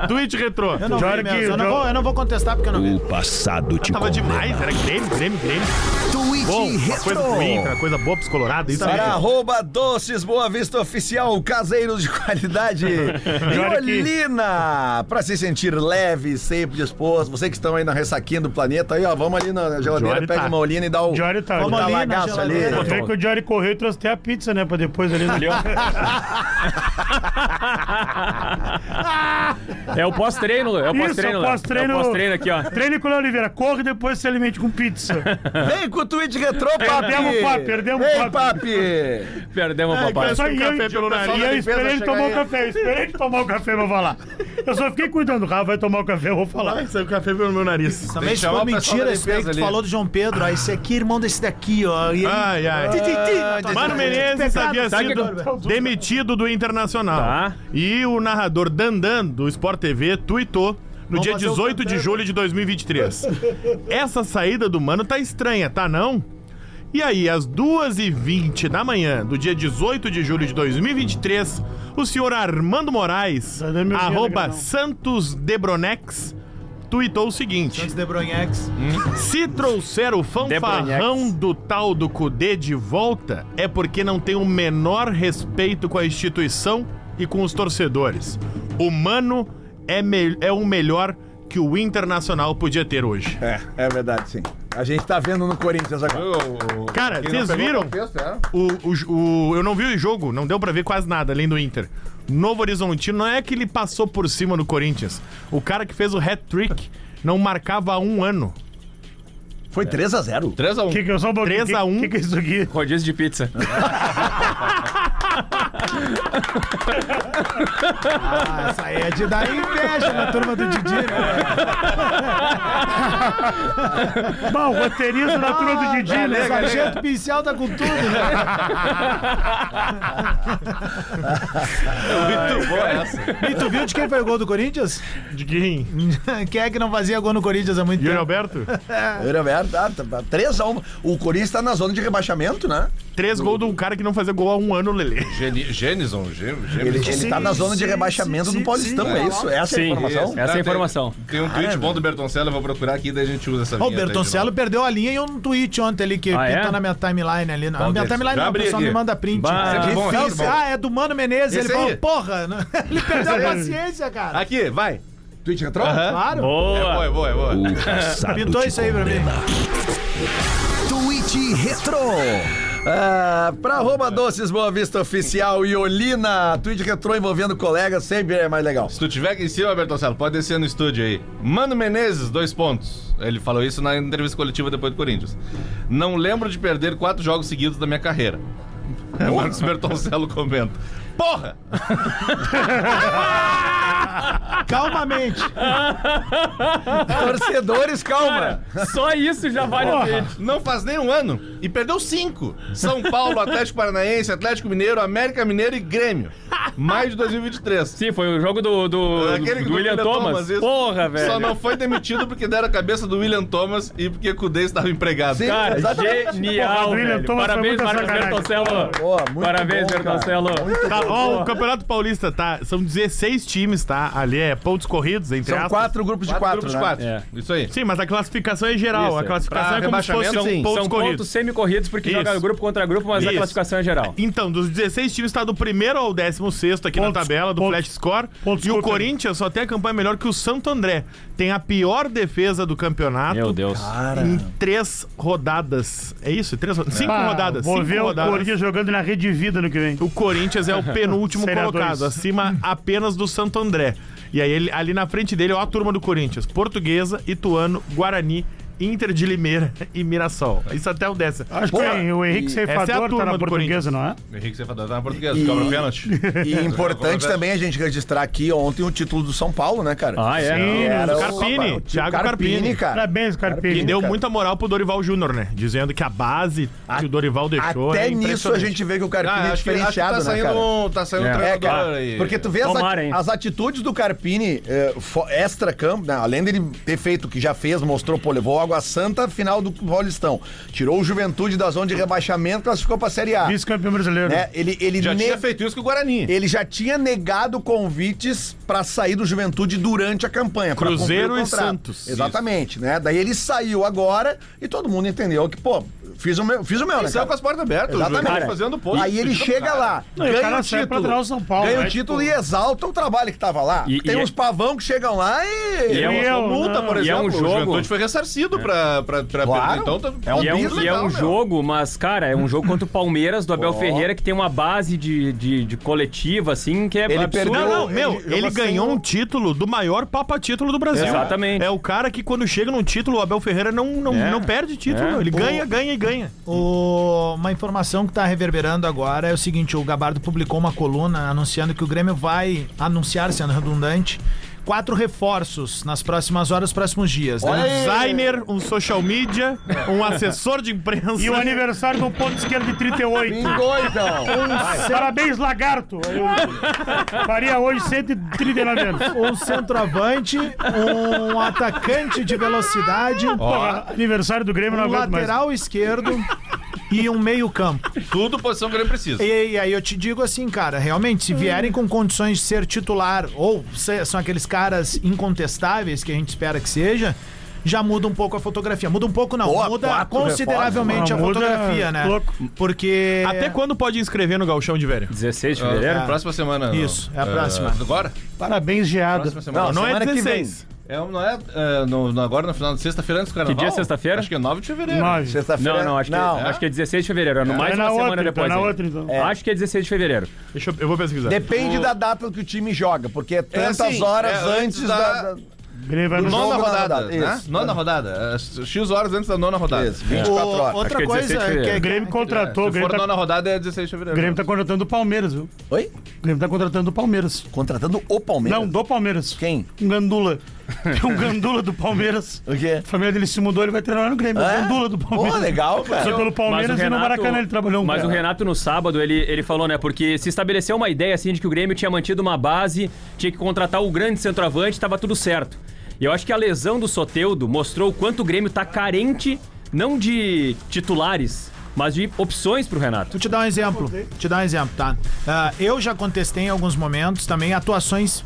Speaker 3: Twitch retrô.
Speaker 4: Eu não, vi
Speaker 5: Jorge,
Speaker 4: mesmo. Eu, não
Speaker 5: Jorge-
Speaker 4: vou, eu não vou contestar porque eu não vi.
Speaker 11: O passado te
Speaker 3: Tava
Speaker 11: condena.
Speaker 3: demais, era Grêmio, Grêmio, Grêmio.
Speaker 10: Tweet
Speaker 3: Bom, uma coisa
Speaker 10: retro.
Speaker 3: ruim, uma coisa boa pros colorados. Isso
Speaker 2: Para
Speaker 3: aí.
Speaker 2: arroba Doces Boa Vista Oficial, caseiros de qualidade. Violina, pra se sentir leve, sempre disposto. Você que estão aí na ressaquinha do planeta, aí ó, vamos ali na geladeira,
Speaker 3: Jory
Speaker 2: pega
Speaker 3: tá.
Speaker 2: uma olhina e dá o,
Speaker 5: Jory tá.
Speaker 2: dá um
Speaker 5: Vamos ali
Speaker 4: na
Speaker 2: talagaço ali.
Speaker 4: geladeira.
Speaker 5: Vê que o Jory correu e trouxe até a pizza, né? Pra depois ali. no-
Speaker 6: É o pós-treino, é o
Speaker 5: Isso,
Speaker 6: pós-treino.
Speaker 5: o
Speaker 6: né?
Speaker 5: pós-treino-
Speaker 6: É o pós-treino aqui, ó.
Speaker 5: Treine com o Oliveira, corre e depois se alimente com pizza.
Speaker 2: Vem com o tweet retrô, papi.
Speaker 5: Perdemos o papo, perdemos o
Speaker 2: Ei,
Speaker 5: papo.
Speaker 2: papi.
Speaker 6: Perdemos o papai.
Speaker 5: é Só
Speaker 3: que o
Speaker 5: e eu-
Speaker 3: café pelo
Speaker 5: e
Speaker 3: nariz.
Speaker 5: eu
Speaker 2: Pessoal da
Speaker 5: esperei ele
Speaker 2: limpeza
Speaker 5: tomar o
Speaker 2: chega
Speaker 5: café, eu esperei ele tomar o café pra falar. Eu só fiquei cuidando, o Rafa vai tomar o café, eu vou falar.
Speaker 3: Ai, saiu café pelo meu nariz.
Speaker 4: Também se
Speaker 7: chamar
Speaker 4: for
Speaker 7: o pessoal da
Speaker 4: mentira, esse daí que
Speaker 7: limpeza
Speaker 4: tu
Speaker 7: ali.
Speaker 4: falou do João Pedro, ah, esse aqui, é irmão desse daqui, ó. E ele-
Speaker 3: Ai, ai. Mano Menezes
Speaker 4: Pecado, Tá
Speaker 3: havia
Speaker 4: sabe
Speaker 3: sido
Speaker 4: que-
Speaker 3: demitido do Internacional.
Speaker 6: Tá.
Speaker 3: E o narrador Dandan, do Sport TV, tuitou no dia
Speaker 4: fazer o
Speaker 3: 18 de
Speaker 4: Dandan.
Speaker 3: julho de 2023. Essa saída do Mano tá estranha, tá não? E aí, às 2h20 da manhã do dia 18 de julho de 2023, o senhor Armando Moraes,
Speaker 5: Tá dando meu dinheiro,
Speaker 3: arroba
Speaker 5: Grenal.
Speaker 3: Santos Debronex, tuitou o seguinte:
Speaker 4: Santos de Bronhex.
Speaker 3: Se trouxer o fanfarrão do tal do Cudê de volta, é porque não tem o menor respeito com a instituição e com os torcedores. O Mano é, me- é o melhor que o Internacional podia ter hoje.
Speaker 12: É, é verdade, sim. A gente tá vendo no Corinthians agora.
Speaker 3: Cara, vocês viram? O, o- o- eu não vi o jogo, não deu pra ver quase nada além do Inter. Novo Horizontino não é que ele passou por cima do Corinthians. O cara que fez o hat-trick não marcava há um ano.
Speaker 2: Foi 3x0.
Speaker 7: 3x1.
Speaker 5: Que que eu sou um pouquinho?
Speaker 3: 3 a 1.
Speaker 5: Que, que que é isso aqui?
Speaker 6: Rodízio de pizza.
Speaker 4: Ah, essa aí é de dar inveja na turma do Didi, né?
Speaker 5: Bom, roteirizo na turma do
Speaker 3: Ah,
Speaker 5: Didi, né?
Speaker 4: Ah, Sargento Pincel tá com tudo, né?
Speaker 7: Muito boa essa.
Speaker 4: E tu viu de quem foi o gol do Corinthians?
Speaker 3: De quem?
Speaker 4: Quem é que não fazia gol no Corinthians há muito
Speaker 3: Yuri
Speaker 4: tempo?
Speaker 3: Alberto?
Speaker 2: Era verdade, tá, tá, tá, 3x1. O Corinthians tá na zona de rebaixamento, né?
Speaker 3: Três gols de um cara que não fazia gol há um ano, Lele.
Speaker 7: Geni- Genison, Gen-
Speaker 2: Ele,
Speaker 7: Genison.
Speaker 2: ele tá na zona de rebaixamento do Paulistão, é isso? Essa é a
Speaker 6: Sim.
Speaker 2: informação?
Speaker 6: Essa é a
Speaker 7: tem-
Speaker 6: informação.
Speaker 7: Tem, um tweet bom do Bertoncello, eu vou procurar aqui, daí a gente usa essa
Speaker 4: Ó, O
Speaker 7: vinheta aí de
Speaker 4: Bertoncello
Speaker 7: novo.
Speaker 4: perdeu a linha em um tweet ontem ali que
Speaker 6: Ah,
Speaker 4: pintou
Speaker 6: é?
Speaker 4: na minha timeline ali. Na
Speaker 7: Qual
Speaker 4: minha
Speaker 7: deles?
Speaker 4: timeline
Speaker 7: Já
Speaker 4: não, o
Speaker 7: abri
Speaker 4: pessoal
Speaker 7: aqui.
Speaker 4: me manda print.
Speaker 6: Bah,
Speaker 7: Esse é bom, esse é
Speaker 4: Difícil.
Speaker 7: bom.
Speaker 4: Ah, é do Mano Menezes.
Speaker 7: Esse
Speaker 4: ele falou,
Speaker 7: aí.
Speaker 4: porra, né? ele perdeu a paciência, cara.
Speaker 7: Aqui, vai.
Speaker 2: Twitch entrou?
Speaker 4: Claro.
Speaker 7: É boa, é boa, é boa.
Speaker 4: Pintou isso aí pra mim.
Speaker 13: Tweet Retro.
Speaker 2: Ah, pra arroba doces Boa Vista Oficial e Olina, tweet retrô envolvendo colegas sempre é mais legal.
Speaker 7: Se tu tiver aqui em cima, Bertoncello, pode descer no estúdio aí. Mano Menezes, dois pontos. Ele falou isso na entrevista coletiva depois do Corinthians. Não lembro de perder quatro jogos seguidos da minha carreira. Marcos Bertoncello comenta. Porra!
Speaker 4: Calmamente.
Speaker 2: Torcedores, calma!
Speaker 6: Cara, só isso já vale a pena.
Speaker 7: Não faz nem um ano e perdeu cinco. São Paulo, Atlético Paranaense, Atlético Mineiro, América Mineiro e Grêmio. Mais de 2023.
Speaker 6: Sim, foi o jogo do, do,
Speaker 2: É
Speaker 7: Aquele
Speaker 6: do
Speaker 7: do
Speaker 6: William
Speaker 7: William
Speaker 6: Thomas.
Speaker 7: Thomas, isso.
Speaker 6: Porra,
Speaker 7: Só
Speaker 6: velho.
Speaker 7: não foi demitido porque deram a cabeça do William Thomas e porque Cudê estava empregado.
Speaker 2: Sim.
Speaker 6: Cara,
Speaker 2: Exatamente.
Speaker 5: Porra,
Speaker 6: genial,
Speaker 5: o William
Speaker 6: velho.
Speaker 5: Thomas foi
Speaker 6: Parabéns,
Speaker 5: muita
Speaker 6: Marcos
Speaker 5: sacanagem.
Speaker 6: Bertoncello.
Speaker 2: Boa, muito
Speaker 6: Parabéns,
Speaker 2: bom, cara.
Speaker 6: Bertoncello.
Speaker 3: Tá, ó, o Campeonato Paulista, tá? São 16 times, tá? Ali é pontos corridos, entre
Speaker 2: São
Speaker 3: aspas.
Speaker 2: quatro grupos de
Speaker 7: Quatro,
Speaker 2: quatro.
Speaker 7: grupos de
Speaker 2: né?
Speaker 7: quatro.
Speaker 6: É.
Speaker 7: Isso aí.
Speaker 3: Sim, mas a classificação é geral.
Speaker 6: Isso,
Speaker 3: a
Speaker 6: é.
Speaker 3: classificação
Speaker 7: Pra
Speaker 3: é como se fosse
Speaker 7: rebaixamento, sim.
Speaker 3: pontos
Speaker 6: São pontos
Speaker 3: corridos.
Speaker 6: semi-corridos porque
Speaker 3: Isso.
Speaker 6: joga grupo contra grupo, mas a
Speaker 3: Isso.
Speaker 6: classificação é geral.
Speaker 3: Então, dos 16 times, tá do primeiro ao 16 aqui na
Speaker 5: Pontos-
Speaker 3: tabela do
Speaker 5: pontos-
Speaker 3: Flash Score.
Speaker 5: pontos
Speaker 3: e o
Speaker 5: contra-
Speaker 3: Corinthians só tem a campanha melhor que o Santo André. Tem a pior defesa do campeonato.
Speaker 6: Meu Deus.
Speaker 3: Em três rodadas. É isso? Três rodadas. Cinco
Speaker 5: Ah,
Speaker 3: rodadas.
Speaker 5: Vou
Speaker 3: Cinco
Speaker 5: ver o
Speaker 3: rodadas.
Speaker 5: Corinthians jogando na rede vida no que vem.
Speaker 3: O Corinthians é o penúltimo
Speaker 5: Série A
Speaker 3: colocado,
Speaker 5: dois.
Speaker 3: acima apenas do Santo André. E aí ele- ali na frente dele, ó a turma do Corinthians: Portuguesa, Ituano, Guarani, Inter de Limeira e Mirassol. Isso até o décimo.
Speaker 5: Acho
Speaker 2: Porra,
Speaker 5: que o
Speaker 2: e-
Speaker 5: Henrique
Speaker 3: essa é a
Speaker 5: Ceifador
Speaker 3: turma
Speaker 5: tá
Speaker 3: do
Speaker 5: na portuguesa, não é?
Speaker 7: Henrique Cefador tá na portuguesa, cobra pênalti.
Speaker 2: E importante também a gente registrar aqui ontem o título do São Paulo, né, cara?
Speaker 6: Ah, é.
Speaker 2: Era o-
Speaker 3: Carpini,
Speaker 2: o
Speaker 3: Thiago Carpini.
Speaker 2: cara.
Speaker 5: Parabéns,
Speaker 3: E
Speaker 5: Carpini.
Speaker 3: deu
Speaker 2: cara.
Speaker 3: muita moral pro Dorival Júnior, né? Dizendo que a base que o Dorival deixou
Speaker 2: Até
Speaker 3: é
Speaker 2: nisso a
Speaker 3: impressionante.
Speaker 2: gente vê que o Carpini
Speaker 7: Ah,
Speaker 2: é
Speaker 7: acho que, acho que
Speaker 2: diferenciado,
Speaker 7: tá
Speaker 2: né,
Speaker 7: saindo
Speaker 2: cara?
Speaker 7: um, tá saindo um
Speaker 2: É,
Speaker 7: treinador
Speaker 2: cara,
Speaker 7: aí.
Speaker 2: porque tu vê as,
Speaker 6: Tomara, hein?
Speaker 2: ati- as atitudes do Carpini eh, fo- extra-campo, né? além dele ter feito o que já fez, mostrou, pô, levou o Água Santa à final do Paulistão, tirou o Juventude da zona de rebaixamento, classificou pra Série A.
Speaker 5: Vice-campeão brasileiro.
Speaker 2: Né? Ele, ele,
Speaker 7: Já
Speaker 2: ne-
Speaker 7: tinha feito isso com o Guarani.
Speaker 2: ele já tinha negado convites pra sair do Juventude durante a campanha. pra
Speaker 3: Cruzeiro
Speaker 2: cumprir o
Speaker 3: e
Speaker 2: contrato.
Speaker 3: Santos.
Speaker 2: Exatamente, né? Daí ele saiu agora e todo mundo entendeu que, pô, fiz o meu, fiz o meu né,
Speaker 7: Ele saiu
Speaker 2: cara?
Speaker 7: com as portas abertas, é o
Speaker 2: Exatamente.
Speaker 7: Juventude fazendo posto. é
Speaker 2: Aí ele chega lá,
Speaker 5: Não, e o
Speaker 2: ganha
Speaker 5: cara
Speaker 2: o
Speaker 5: sai pra
Speaker 2: título.
Speaker 5: treinar o São Paulo,
Speaker 2: ganha
Speaker 5: né?
Speaker 2: o título
Speaker 5: Tipo-
Speaker 2: e exalta o trabalho que tava lá.
Speaker 6: E-
Speaker 2: Tem
Speaker 6: e-
Speaker 2: uns pavão que chegam lá e.
Speaker 6: E é um-
Speaker 2: São
Speaker 5: Eu,
Speaker 2: multa,
Speaker 5: não.
Speaker 2: por
Speaker 6: E é
Speaker 2: exemplo.
Speaker 6: um
Speaker 7: O
Speaker 6: jogo. É.
Speaker 7: Juventude foi ressarcido pra, pra, pra
Speaker 2: Claro.
Speaker 7: perder. Então, tá...
Speaker 2: É um
Speaker 6: E é um,
Speaker 2: bis
Speaker 6: e é
Speaker 2: legal,
Speaker 6: um
Speaker 2: meu.
Speaker 6: jogo, mas, cara, é um jogo contra o Palmeiras do Abel Ferreira, que tem uma base de, de, de coletiva, assim, que é
Speaker 2: Ele
Speaker 6: absurdo.
Speaker 2: perdeu-
Speaker 3: Não, não,
Speaker 2: Ele
Speaker 3: meu,
Speaker 2: jogou
Speaker 3: ele,
Speaker 2: assim,
Speaker 3: ganhou
Speaker 2: ó.
Speaker 3: um título do maior papa-título do Brasil.
Speaker 6: Exatamente.
Speaker 3: É o cara que quando chega num título, o Abel Ferreira não, não,
Speaker 6: É.
Speaker 3: não perde título,
Speaker 6: É.
Speaker 3: meu. ele ganha, ganha e ganha.
Speaker 4: O- uma informação que está reverberando agora é o seguinte: o Gabardo publicou uma coluna anunciando que o Grêmio vai anunciar, sendo redundante, quatro reforços nas próximas horas, próximos dias. Né?
Speaker 3: Um designer, um social media, um assessor de imprensa.
Speaker 5: E o aniversário do ponto esquerdo de 38.
Speaker 2: Pingou, então.
Speaker 5: Parabéns, lagarto. Eu faria hoje 139 anos.
Speaker 4: Um centroavante, um atacante de velocidade,
Speaker 5: Porra, aniversário do Grêmio, não
Speaker 4: um
Speaker 5: aguento mais.
Speaker 4: lateral esquerdo, e um meio-campo.
Speaker 7: Tudo posição que o Grêmio
Speaker 2: É.
Speaker 7: precisa.
Speaker 4: E, e aí eu te digo assim, cara, realmente, se vierem com condições de ser titular, ou se- são aqueles caras incontestáveis que a gente espera que seja, já muda um pouco a fotografia. Muda um pouco, não.
Speaker 9: Boa,
Speaker 4: muda
Speaker 9: quatro
Speaker 4: consideravelmente
Speaker 3: é
Speaker 5: reforços, né?
Speaker 4: a
Speaker 5: Muda
Speaker 4: fotografia, né?
Speaker 5: louco.
Speaker 4: Porque.
Speaker 3: Até quando pode inscrever no Galchão de Velho?
Speaker 6: 16 de
Speaker 7: Ah,
Speaker 6: fevereiro?
Speaker 2: É.
Speaker 7: Próxima semana. Ah,
Speaker 4: Isso, é a próxima.
Speaker 7: agora?
Speaker 5: Parabéns, geada.
Speaker 7: Próxima semana.
Speaker 3: Não é
Speaker 9: semana que vem.
Speaker 3: 16.
Speaker 7: É, não é, é, no- no- agora no final de sexta-feira antes do carnaval?
Speaker 6: dia é sexta-feira?
Speaker 7: Acho que é 9 de fevereiro.
Speaker 5: Nove.
Speaker 9: Sexta-feira.
Speaker 6: Não, não, acho que, acho que é 16 de fevereiro. É no
Speaker 5: É
Speaker 6: mais uma
Speaker 5: na
Speaker 6: semana
Speaker 5: outra, então,
Speaker 6: depois.
Speaker 5: na
Speaker 6: ainda.
Speaker 5: outra, então.
Speaker 6: Acho que é 16 de fevereiro.
Speaker 3: Deixa eu, eu vou pesquisar.
Speaker 9: Depende da data que o time joga, porque é tantas
Speaker 7: assim,
Speaker 9: horas
Speaker 7: é
Speaker 9: antes
Speaker 7: antes
Speaker 9: da...
Speaker 7: da-
Speaker 9: da-
Speaker 5: Grêmio vai no
Speaker 7: Nona
Speaker 9: jogo na
Speaker 7: rodada,
Speaker 9: rodada,
Speaker 7: né?
Speaker 9: isso.
Speaker 7: Nona rodada. é, X horas antes da nona rodada.
Speaker 9: Isso, 24
Speaker 4: O-
Speaker 9: horas.
Speaker 4: Outra
Speaker 6: Acho que é
Speaker 4: coisa
Speaker 6: 16 de
Speaker 4: que,
Speaker 6: fevereiro.
Speaker 4: é-
Speaker 5: O Grêmio contratou, o
Speaker 7: Se
Speaker 5: Grêmio
Speaker 7: for
Speaker 5: tá,
Speaker 7: nona rodada é 16 de
Speaker 5: o
Speaker 7: fevereiro.
Speaker 5: Grêmio tá contratando o Palmeiras, viu?
Speaker 9: Oi?
Speaker 5: O Grêmio tá contratando o Palmeiras.
Speaker 9: Contratando o Palmeiras.
Speaker 5: Não, do Palmeiras.
Speaker 9: Quem?
Speaker 5: Um gandula. Tem um gandula do Palmeiras.
Speaker 9: O quê?
Speaker 5: A família dele se mudou, ele vai treinar no Grêmio.
Speaker 9: É?
Speaker 5: O gandula do Palmeiras.
Speaker 9: Pô, legal,
Speaker 5: Só
Speaker 9: cara.
Speaker 5: pelo Palmeiras
Speaker 6: Mas o
Speaker 5: e no
Speaker 6: Renato-
Speaker 5: Maracanã ele trabalhou um
Speaker 6: Mas o
Speaker 5: cara.
Speaker 6: Renato, no sábado, ele, ele falou, né? Porque se estabeleceu uma ideia, assim, de que o Grêmio tinha mantido uma base, tinha que contratar o grande centroavante, estava tudo certo. E eu acho que a lesão do Soteudo mostrou o quanto o Grêmio tá carente, não de titulares, mas de opções pro Renato.
Speaker 4: Vou te dar um exemplo. Te dar um exemplo, tá? Ah, eu já contestei em alguns momentos também atuações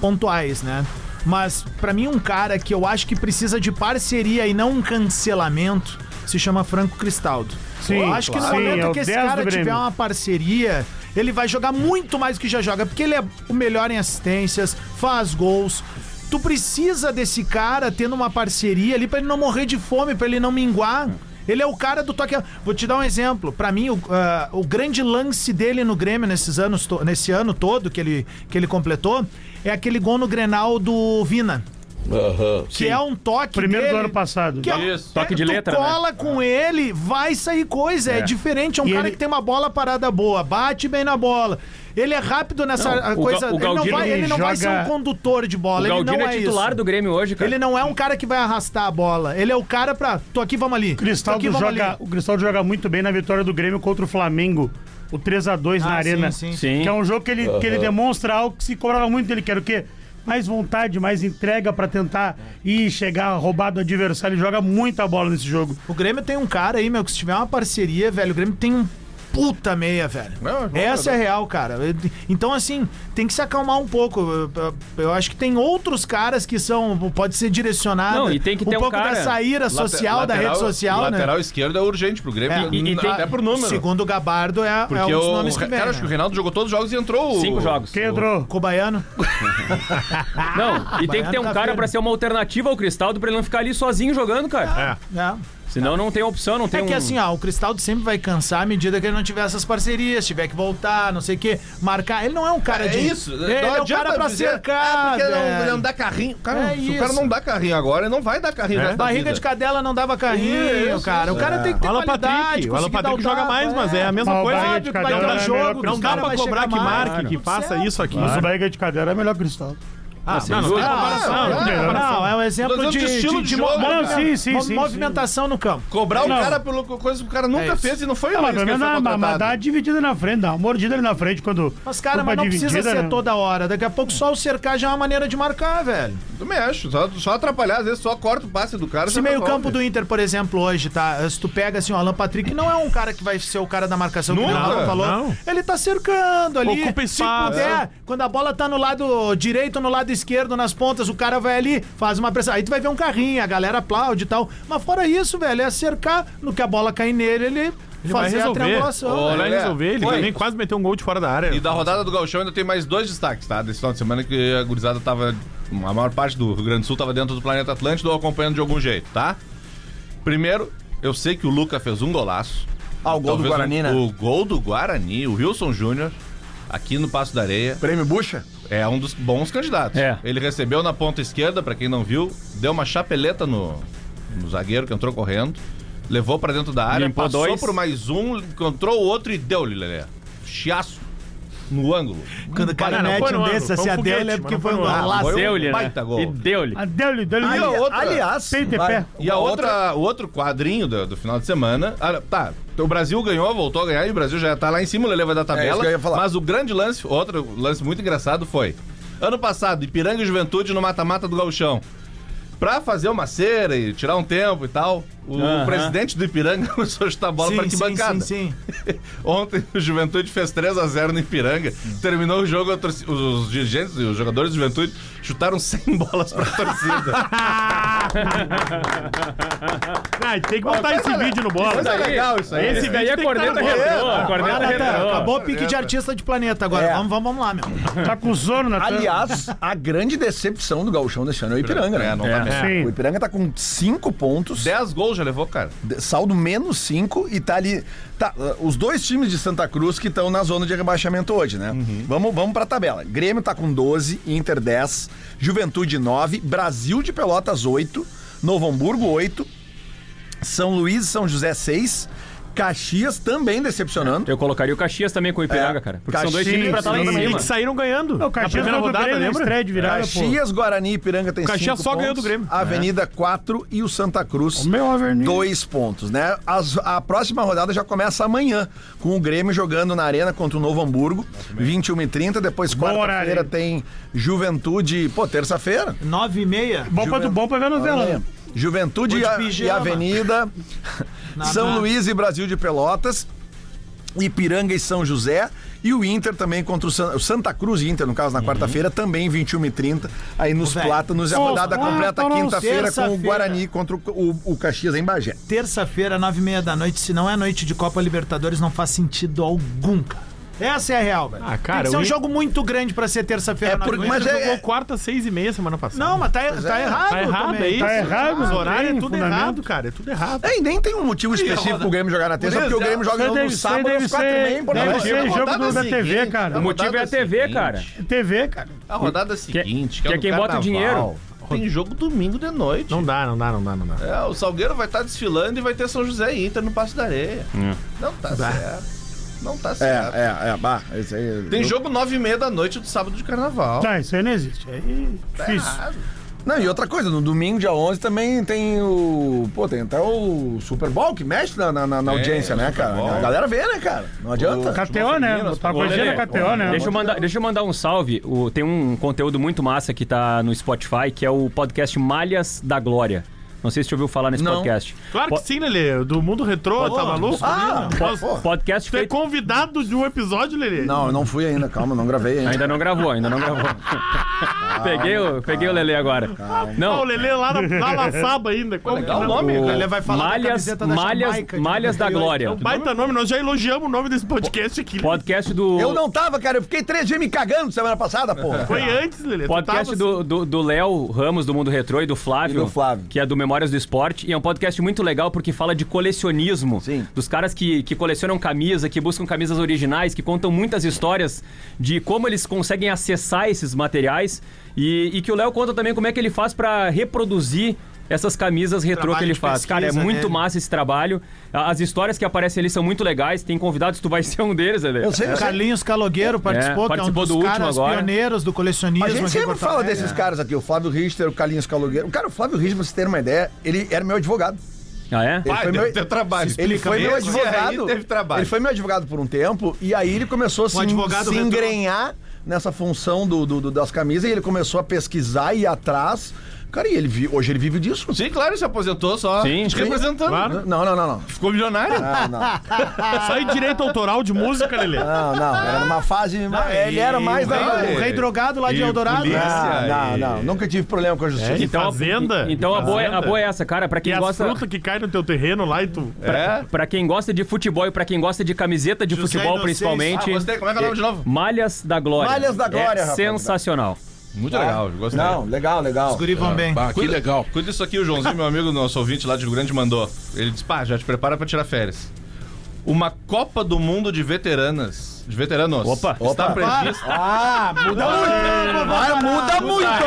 Speaker 4: pontuais, né? Mas pra mim um cara que eu acho que precisa de parceria e não um cancelamento se chama Franco Cristaldo.
Speaker 5: Sim,
Speaker 4: eu acho que no
Speaker 5: claro. Sim,
Speaker 4: momento
Speaker 5: é o
Speaker 4: que esse
Speaker 5: 10 do
Speaker 4: cara tiver
Speaker 5: Grêmio.
Speaker 4: uma parceria, ele vai jogar muito mais do que já joga, porque ele é o melhor em assistências, faz gols. Tu precisa desse cara tendo uma parceria ali pra ele não morrer de fome, pra ele não minguar. Ele é o cara do toque. Vou te dar um exemplo. Pra mim, o, ah, o grande lance dele no Grêmio nesses anos, to- nesse ano todo que ele, que ele completou é aquele gol no Grenal do Vina. Que é um toque
Speaker 5: Primeiro do
Speaker 4: dele-
Speaker 5: ano passado.
Speaker 4: que é um-
Speaker 7: Isso.
Speaker 6: Toque de
Speaker 4: tu
Speaker 6: letra, né?
Speaker 4: cola com ele, vai sair coisa. É, diferente. É um
Speaker 5: E
Speaker 4: cara
Speaker 5: ele-
Speaker 4: que tem uma bola parada boa, bate bem na bola. Ele é rápido nessa
Speaker 6: Não, o Ga-
Speaker 4: coisa.
Speaker 6: o
Speaker 4: ele não,
Speaker 6: Galdino-
Speaker 4: vai, ele não vai ser um
Speaker 5: joga-
Speaker 4: condutor de
Speaker 6: O
Speaker 4: bola. ele
Speaker 6: Galdino
Speaker 4: não
Speaker 6: é
Speaker 4: é,
Speaker 6: titular
Speaker 4: isso.
Speaker 6: do Grêmio hoje, cara.
Speaker 4: Ele não é um cara que vai arrastar a bola. Ele é o cara pra. Tô aqui, vamos ali.
Speaker 5: O Cristaldo,
Speaker 4: Tô aqui, vamos
Speaker 5: joga,
Speaker 4: ali.
Speaker 5: o Cristaldo joga muito bem na vitória do Grêmio contra o Flamengo. O 3x2 na
Speaker 4: Ah,
Speaker 5: arena.
Speaker 4: sim, sim.
Speaker 6: Sim.
Speaker 5: Que é um jogo que ele, que ele demonstra algo que se cobrava muito dele, que era o quê? Mais vontade, mais entrega pra tentar ir chegar, roubar do adversário. Ele joga muita bola nesse jogo.
Speaker 4: O Grêmio tem um cara aí, meu, que se tiver uma parceria, velho, o Grêmio tem um puta meia, velho.
Speaker 7: Não, é bom,
Speaker 4: Essa é a real, cara. Então, assim, tem que se acalmar um pouco. Eu- eu- Eu acho que tem outros caras que são. Pode ser direcionado.
Speaker 6: Não, e tem que ter um
Speaker 4: pouco
Speaker 6: cara-
Speaker 4: dessa ira
Speaker 7: Late-
Speaker 4: social da
Speaker 7: lateral-
Speaker 4: rede social,
Speaker 7: Lateral
Speaker 4: né?
Speaker 7: esquerdo é urgente pro Grêmio.
Speaker 4: É, e-
Speaker 6: e tem-
Speaker 7: até por número.
Speaker 4: Segundo o Gabardo, é, é um
Speaker 7: porque
Speaker 4: dos
Speaker 7: o,
Speaker 4: nomes que vem.
Speaker 7: cara, acho que o Reinaldo jogou todos os jogos e entrou. é o-
Speaker 6: Cinco jogos.
Speaker 5: Quem entrou?
Speaker 4: Cobaiano.
Speaker 6: Não, e tem que ter um
Speaker 4: Baiano tá
Speaker 6: cara
Speaker 4: firme.
Speaker 6: pra ser uma alternativa ao Cristaldo pra ele não ficar ali sozinho jogando, cara.
Speaker 3: É.
Speaker 4: né?
Speaker 6: Senão não tem opção, não tem
Speaker 4: É que
Speaker 6: um...
Speaker 4: assim, ó, o Cristaldo sempre vai cansar à medida que ele não tiver essas parcerias, tiver que voltar, não sei o quê, marcar. Ele não é um cara
Speaker 7: É
Speaker 4: de.
Speaker 7: isso.
Speaker 4: Ele é um
Speaker 7: adianta
Speaker 4: cara pra
Speaker 7: dizer,
Speaker 4: cercar.
Speaker 7: É porque não-
Speaker 4: velho.
Speaker 7: ele não dá carrinho. Cara,
Speaker 4: É
Speaker 7: se o cara
Speaker 4: isso. É.
Speaker 7: não dá carrinho agora, ele não vai dar carrinho. nessa
Speaker 4: Barriga
Speaker 7: vida.
Speaker 4: de cadela não dava carrinho,
Speaker 7: Isso,
Speaker 4: cara. O
Speaker 7: isso,
Speaker 4: cara
Speaker 7: é.
Speaker 4: tem que ter
Speaker 3: O Alan
Speaker 4: qualidade,
Speaker 3: Patrick, o Alan
Speaker 4: conseguir dar
Speaker 3: Patrick
Speaker 4: tapa,
Speaker 3: joga mais, mas é a mesma
Speaker 5: Mas o
Speaker 3: coisa.
Speaker 5: Barriga de
Speaker 3: Não
Speaker 5: cadela
Speaker 4: dá
Speaker 5: é
Speaker 4: pra
Speaker 5: melhor
Speaker 4: jogo, os
Speaker 5: que o
Speaker 3: um, né? Não dá
Speaker 4: cara
Speaker 5: Cristaldo.
Speaker 4: vai
Speaker 3: pra cobrar
Speaker 4: chegar
Speaker 3: que
Speaker 4: mais,
Speaker 3: marque,
Speaker 4: cara.
Speaker 3: que faça
Speaker 4: Certo.
Speaker 3: isso aqui.
Speaker 5: Mas o Barriga de Cadeira é melhor que o Cristaldo.
Speaker 4: Ah,
Speaker 6: sem
Speaker 4: não, não,
Speaker 6: dúvida.
Speaker 4: tem comparação,
Speaker 7: Ah,
Speaker 4: não, tem
Speaker 7: claro.
Speaker 4: comparação. não, é um
Speaker 7: Tô
Speaker 4: exemplo de,
Speaker 7: dizendo de estilo de jogo,
Speaker 4: mo-
Speaker 7: né?
Speaker 4: mo-
Speaker 5: Sim, sim,
Speaker 4: mo-
Speaker 5: sim, sim.
Speaker 4: movimentação no campo.
Speaker 7: Cobrar o
Speaker 5: Não.
Speaker 7: cara pelo coisa que o cara nunca
Speaker 4: É isso.
Speaker 7: fez e não foi
Speaker 5: Não,
Speaker 7: uma
Speaker 5: mas
Speaker 7: vez
Speaker 5: pelo
Speaker 7: que ele
Speaker 4: é
Speaker 5: menos
Speaker 7: foi
Speaker 5: dá uma- mas dá uma
Speaker 7: contratado.
Speaker 5: dividida na frente, dá uma mordida ali na frente quando.
Speaker 4: Mas, cara,
Speaker 5: quando
Speaker 4: mas
Speaker 5: dá
Speaker 4: não precisa
Speaker 5: dividida,
Speaker 4: ser
Speaker 5: né?
Speaker 4: toda hora. Daqui a pouco só o cercar já é uma maneira de marcar, velho.
Speaker 7: Também acho. Só, só atrapalhar, às vezes só corta o passe do cara.
Speaker 4: Esse meio-campo do Inter, por exemplo, hoje, tá? Se tu pega assim, o Alan Patrick não é um cara que vai ser o cara da marcação que o
Speaker 7: Nunca,
Speaker 4: Leonardo falou.
Speaker 3: não.
Speaker 4: Ele tá cercando ali.
Speaker 3: Ocupa
Speaker 4: Se
Speaker 3: espaço.
Speaker 4: puder, quando a bola tá no lado direito, no lado esquerdo, nas pontas, o cara vai ali, faz uma pressão. Aí tu vai ver um carrinho, a galera aplaude e tal. Mas fora isso, velho, é cercar. No que a bola cair nele, ele,
Speaker 3: Ele vai
Speaker 4: fazer a
Speaker 3: resolver.
Speaker 4: triangulação.
Speaker 7: Ô,
Speaker 4: né?
Speaker 3: Ele vai
Speaker 7: Lelé,
Speaker 3: resolver, ele
Speaker 7: oi.
Speaker 3: também quase meteu um gol de fora da área.
Speaker 7: E da rodada do Gauchão ainda tem mais dois destaques, tá? Desse final de semana que a gurizada tava. A maior parte do Rio Grande do Sul tava dentro do planeta Atlântico ou acompanhando de algum jeito, tá? Primeiro, eu sei que o Luca fez um golaço.
Speaker 9: Ah, o gol do
Speaker 7: Talvez
Speaker 9: Guarani,
Speaker 7: um-
Speaker 9: né?
Speaker 7: O gol do Guarani, o Wilson Júnior, aqui no Passo da Areia,
Speaker 9: Prêmio Bucha?
Speaker 7: é um dos bons candidatos.
Speaker 6: É.
Speaker 7: Ele recebeu na ponta esquerda, pra quem não viu, deu uma chapeleta no, no zagueiro que entrou correndo, levou pra dentro da área,
Speaker 6: Limpou
Speaker 7: passou
Speaker 6: dois.
Speaker 7: por mais um, encontrou o outro e deu-lhe, Lelé. Chiaço no ângulo.
Speaker 4: Quando o cara
Speaker 3: Não, não foi
Speaker 4: mete um
Speaker 3: no
Speaker 4: desses, assim,
Speaker 3: ângulo, foi
Speaker 4: a
Speaker 3: um foguete,
Speaker 4: dele é porque
Speaker 3: mas
Speaker 4: foi
Speaker 3: não
Speaker 4: um
Speaker 3: foi no ângulo.
Speaker 4: golaço.
Speaker 6: Deu-lhe, né?
Speaker 7: baita gol.
Speaker 6: E deu-lhe.
Speaker 5: Ah, deu-lhe, deu-lhe.
Speaker 7: E a outra?
Speaker 9: Aliás,
Speaker 5: Peito e
Speaker 9: vai-
Speaker 5: pé.
Speaker 7: E a outra, o outro quadrinho do, do final de semana. ah, Tá, o Brasil ganhou, voltou a ganhar, e o Brasil já tá lá em cima, o Lele vai dar
Speaker 9: É isso
Speaker 7: tabela.
Speaker 9: que eu ia falar.
Speaker 7: mas o grande lance, outro lance muito engraçado foi. Ano passado, Ipiranga e Juventude no mata-mata do Gauchão. pra fazer uma cera e tirar um tempo e tal, o
Speaker 6: Aham.
Speaker 7: presidente do Ipiranga começou a chutar a bola
Speaker 4: Sim,
Speaker 7: pra arquibancada.
Speaker 4: Sim, sim,
Speaker 7: Ontem o Juventude fez 3 a 0 no Ipiranga. Terminou o jogo, a torci- os dirigentes e os jogadores do Juventude chutaram 100 bolas pra torcida.
Speaker 3: Ah, tem que botar esse vídeo no bola.
Speaker 7: Coisa é legal isso aí.
Speaker 3: Esse
Speaker 4: é
Speaker 7: né?
Speaker 6: Daí
Speaker 3: vídeo
Speaker 6: a
Speaker 3: tem que estar
Speaker 6: corneta
Speaker 3: no bola.
Speaker 6: retrô, a corneta
Speaker 4: sim.
Speaker 6: retrô.
Speaker 4: Acabou o
Speaker 3: É,
Speaker 4: pique
Speaker 3: tá.
Speaker 4: de artista de planeta agora.
Speaker 2: É.
Speaker 4: Vamos, vamos, vamos lá, meu.
Speaker 5: Tá com sono na
Speaker 2: Aliás, a grande decepção do Gauchão desse ano é o Ipiranga, né?
Speaker 7: É, não tá bem.
Speaker 5: Sim.
Speaker 2: O Ipiranga tá com 5 pontos,
Speaker 7: 10 gols já levou, cara.
Speaker 2: de- saldo menos 5 e tá ali. Tá, uh, os dois times de Santa Cruz que estão na zona de rebaixamento hoje, né?
Speaker 3: Uhum.
Speaker 2: Vamos, vamos pra tabela. Grêmio tá com 12, Inter 10, Juventude 9, Brasil de Pelotas 8, Novo Hamburgo 8, São Luís e São José 6, Caxias também decepcionando.
Speaker 3: É,
Speaker 6: Eu colocaria o Caxias também com o Ipiranga,
Speaker 2: É.
Speaker 6: cara. Porque são dois
Speaker 2: Caxias,
Speaker 6: times pra estar lá em
Speaker 5: sim.
Speaker 6: cima.
Speaker 3: Que saíram ganhando.
Speaker 5: O
Speaker 3: na
Speaker 5: Caxias
Speaker 3: primeira
Speaker 5: contra o
Speaker 3: rodada,
Speaker 5: Grêmio na
Speaker 3: lembra?
Speaker 5: estreia de virada, pô.
Speaker 2: Caxias, Guarani e Ipiranga tem 5 pontos.
Speaker 3: é, Caxias só ganhou do Grêmio. É.
Speaker 2: Avenida 4 e o Santa Cruz.
Speaker 5: meu Averni.
Speaker 2: Dois pontos, né? As- a próxima rodada já começa amanhã, com o Grêmio jogando na arena contra o Novo Hamburgo, 21h30. Depois, quarta-feira,
Speaker 5: horário, hein?
Speaker 2: tem Juventude. Pô, terça-feira?
Speaker 4: 9 e meia.
Speaker 5: Bom pra,
Speaker 2: Juventus.
Speaker 5: bom pra ver a novela.
Speaker 2: Amanhã.
Speaker 5: né?
Speaker 2: Juventude
Speaker 4: Vou
Speaker 2: e,
Speaker 4: de
Speaker 2: a-
Speaker 4: pijama.
Speaker 2: e Avenida, São
Speaker 4: na-
Speaker 2: Luís e Brasil de Pelotas, Ipiranga e São José. E o Inter também contra o San- o Santa Cruz e Inter, no caso, na quarta-feira, também 21h30, aí nos
Speaker 4: Uhum. Ô, velho.
Speaker 2: Plátanos. E a
Speaker 5: Ô,
Speaker 2: rodada
Speaker 5: Plátano,
Speaker 2: completa quinta-feira com o
Speaker 4: terça-feira.
Speaker 2: Guarani contra o, o- o Caxias em Bagé.
Speaker 4: Terça-feira, 9 e meia da noite. Se não é noite de Copa Libertadores, não faz sentido algum, cara. Essa é a real, velho.
Speaker 3: Ah, cara,
Speaker 4: Tem que ser um
Speaker 3: o I-
Speaker 4: jogo muito grande pra ser terça-feira.
Speaker 2: É
Speaker 4: nove
Speaker 2: por-
Speaker 4: da noite.
Speaker 2: mas é-
Speaker 3: Jogou quarta, seis e meia semana passada.
Speaker 4: Não, mas tá, tá errado.
Speaker 3: Tá errado,
Speaker 4: também.
Speaker 3: é isso?
Speaker 5: Tá errado,
Speaker 3: Os
Speaker 5: não
Speaker 3: horários é
Speaker 5: tem
Speaker 3: tudo
Speaker 5: fundamento.
Speaker 3: errado, cara. É tudo errado.
Speaker 2: É, e nem tem um motivo específico pro Grêmio jogar na terça, porque o Grêmio joga
Speaker 5: Isso aí
Speaker 2: no
Speaker 5: deve,
Speaker 2: sábado
Speaker 5: isso aí
Speaker 2: às
Speaker 5: deve
Speaker 2: 4h30 em
Speaker 5: ser,
Speaker 2: Porto
Speaker 5: deve
Speaker 2: Alegre.
Speaker 5: ser
Speaker 7: Mas
Speaker 5: jogo
Speaker 7: rodada
Speaker 5: do, da TV,
Speaker 7: seguinte,
Speaker 5: cara.
Speaker 7: a
Speaker 6: O motivo é a
Speaker 7: rodada
Speaker 6: TV,
Speaker 7: seguinte,
Speaker 6: cara.
Speaker 5: TV, cara.
Speaker 7: É A rodada seguinte, que,
Speaker 6: que
Speaker 7: é,
Speaker 6: é quem bota o dinheiro.
Speaker 7: Tem jogo domingo de noite.
Speaker 3: Não dá, não dá, não dá, não dá.
Speaker 7: É, o Salgueiro vai estar desfilando e vai ter São José e Inter no Passo da Areia. Não tá certo. Não tá
Speaker 2: É,
Speaker 7: certo.
Speaker 2: é, é, bah, isso aí.
Speaker 7: Tem jogo nove e meia da noite do sábado de carnaval.
Speaker 5: Tá, isso aí não existe. Aí, difícil.
Speaker 2: Não, e outra coisa, no domingo, dia 11, também tem o. Pô, tem até o Super Bowl que mexe na, na- na- na
Speaker 7: É,
Speaker 2: audiência, né,
Speaker 7: Super
Speaker 2: cara?
Speaker 7: Bowl.
Speaker 2: A galera vê, né, cara? Não adianta.
Speaker 5: KTO, né? Botar a coisinha na KTO, né?
Speaker 6: Deixa eu, mandar, deixa eu mandar um salve. O- tem um conteúdo muito massa que tá no Spotify, que é o podcast Malhas da Glória. Não sei se você ouviu falar nesse
Speaker 2: Não.
Speaker 6: podcast.
Speaker 3: Claro
Speaker 6: Po-
Speaker 3: que sim, Lelê. Do mundo retrô, tá maluco?
Speaker 2: Ah,
Speaker 6: po-
Speaker 2: pô.
Speaker 6: podcast
Speaker 3: Tu é
Speaker 6: feito...
Speaker 3: convidado de um episódio, Lelê?
Speaker 2: Não, eu não fui ainda, calma, não gravei ainda.
Speaker 6: Ainda não gravou, ainda não gravou. peguei o, peguei o Lele agora.
Speaker 3: Ah, o
Speaker 6: Não,
Speaker 3: Lelê lá na, lá na Saba ainda. Como que
Speaker 7: Legal o
Speaker 3: não?
Speaker 7: nome,
Speaker 4: O
Speaker 7: cara.
Speaker 4: Lelê vai falar da
Speaker 6: Malhas,
Speaker 4: camiseta da
Speaker 6: malhas,
Speaker 4: Jamaica de
Speaker 6: malhas da
Speaker 4: 98.
Speaker 6: Glória.
Speaker 3: um Baita nome, nós já elogiamos o nome desse podcast aqui. Lelê.
Speaker 6: Podcast do...
Speaker 2: Eu não tava, cara, eu fiquei três dias me cagando semana passada, porra.
Speaker 3: Foi antes, Lelê. Tu
Speaker 6: Podcast
Speaker 3: tava-
Speaker 6: do do- do Léo Ramos, do Mundo Retrô, e do Flávio,
Speaker 2: E do Flávio.
Speaker 6: que é do Memórias do Esporte. E é um podcast muito legal porque fala de colecionismo.
Speaker 2: Sim.
Speaker 6: Dos caras que, que colecionam camisa, que buscam camisas originais, que contam muitas histórias de como eles conseguem acessar esses materiais. E, e que o Léo conta também como é que ele faz pra reproduzir essas camisas retrô
Speaker 4: Trabalho
Speaker 6: que ele
Speaker 4: de
Speaker 6: faz. Cara, é
Speaker 4: pesquisa
Speaker 6: muito
Speaker 2: né?
Speaker 4: dele.
Speaker 6: massa esse trabalho. A- As histórias que aparecem ali são muito legais. Tem convidados, tu vai ser um deles, Lelê.
Speaker 2: Eu sei,
Speaker 3: É.
Speaker 2: eu sei.
Speaker 4: Carlinhos Calogueiro participou, que é um
Speaker 6: participou
Speaker 4: dos
Speaker 6: do último
Speaker 4: caras
Speaker 6: agora.
Speaker 4: pioneiros do colecionismo.
Speaker 2: A gente
Speaker 4: aqui em
Speaker 2: sempre
Speaker 4: Porto
Speaker 7: né?
Speaker 2: fala
Speaker 4: Alegre.
Speaker 2: desses
Speaker 7: É.
Speaker 2: caras aqui, o Flávio Richter, o Carlinhos Calogueiro. Cara, o Flávio Richter, pra vocês terem uma ideia, ele era meu advogado.
Speaker 6: Ah, é?
Speaker 2: Ele
Speaker 7: Pai, deve ter trabalho.
Speaker 2: Ele
Speaker 7: Explica
Speaker 2: foi meu
Speaker 7: mesmo. E
Speaker 2: advogado.
Speaker 7: aí teve trabalho. Um
Speaker 2: Ele foi meu advogado por um tempo e aí ele começou a se,
Speaker 4: advogado
Speaker 2: se
Speaker 4: retrô.
Speaker 2: engrenhar nessa função do, do- do- das camisas e ele começou a pesquisar e ir atrás. Cara, e ele vi- hoje ele vive disso.
Speaker 7: Sim, claro, ele se aposentou só.
Speaker 6: Sim,
Speaker 7: te
Speaker 6: sim.
Speaker 7: representando.
Speaker 2: Não, não, não, não.
Speaker 7: né? Ficou milionário.
Speaker 2: Não, não,
Speaker 3: Só em direito autoral de música, Lelê. é
Speaker 2: não, não. Era numa fase. É, ele era mais
Speaker 7: e-
Speaker 2: da.
Speaker 4: O rei drogado lá de
Speaker 7: E
Speaker 4: Eldorado.
Speaker 7: polícia.
Speaker 2: Não, não,
Speaker 7: e-
Speaker 2: não. Nunca tive problema com a
Speaker 7: É,
Speaker 2: justiça.
Speaker 3: E
Speaker 6: Então,
Speaker 3: fazenda.
Speaker 6: e- Então
Speaker 3: E
Speaker 6: a boa, é- a
Speaker 3: fazenda.
Speaker 6: boa é essa, cara. Pra
Speaker 3: E
Speaker 6: quem
Speaker 3: as
Speaker 6: gosta.
Speaker 3: frutas que caem no teu terreno lá e tu...
Speaker 7: É.
Speaker 6: Pra quem gosta de futebol e pra quem gosta de camiseta de
Speaker 4: José
Speaker 6: futebol,
Speaker 4: Inocêncio.
Speaker 7: Ah,
Speaker 6: principalmente.
Speaker 7: gostei. Como é que é o nome de novo?
Speaker 6: Malhas da Glória.
Speaker 2: Malhas da Glória,
Speaker 6: é
Speaker 2: rapaz.
Speaker 6: Sensacional.
Speaker 7: Muito legal, gostei.
Speaker 2: Não, legal, legal.
Speaker 4: Os guri vão bem.
Speaker 14: Ah, que legal.
Speaker 7: Cuida disso aqui, o Joãozinho, meu amigo, nosso ouvinte lá de Rio Grande, mandou. Ele disse, pá, já te prepara pra tirar férias. Uma Copa do Mundo de veteranas. De veteranos.
Speaker 6: Opa.
Speaker 7: Está prevista.
Speaker 2: Ah, muda muito. Vai, muda muito.
Speaker 4: Tá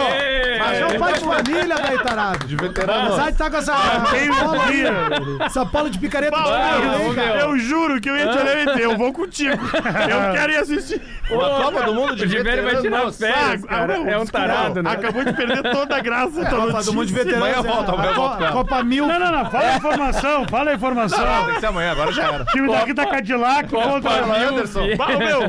Speaker 4: Mas é um pai de família, velho tarado.
Speaker 7: De veteranos.
Speaker 4: Sai de tá com
Speaker 2: um
Speaker 4: essa.
Speaker 5: Dia.
Speaker 4: Essa bola de picareta. do
Speaker 3: Ah,
Speaker 4: cara,
Speaker 3: eu,
Speaker 4: hein, cara?
Speaker 3: eu juro que eu ia te olhar e dizer, eu vou contigo. Eu quero ir assistir.
Speaker 7: Uma Copa do Mundo de
Speaker 6: O Gilberto vai tirar
Speaker 7: veteranos.
Speaker 6: férias,
Speaker 3: Ah,
Speaker 6: cara.
Speaker 3: ah, não,
Speaker 6: é um
Speaker 3: desculpa,
Speaker 6: tarado, né?
Speaker 3: Acabou de perder toda a graça. da
Speaker 4: Copa
Speaker 3: notícia.
Speaker 4: do Mundo de Veteranos.
Speaker 7: Amanhã
Speaker 4: é.
Speaker 7: volta, amanhã
Speaker 4: A Co-
Speaker 7: volta, cara.
Speaker 4: Copa Mil.
Speaker 5: Não, não, não. Fala a informação. Fala a informação.
Speaker 7: Tem que ser amanhã, agora já era.
Speaker 5: Time daqui da Cadillac.
Speaker 6: Copa
Speaker 5: contra-
Speaker 6: Mil,
Speaker 5: Anderson.
Speaker 6: filho.
Speaker 3: Bah, meu,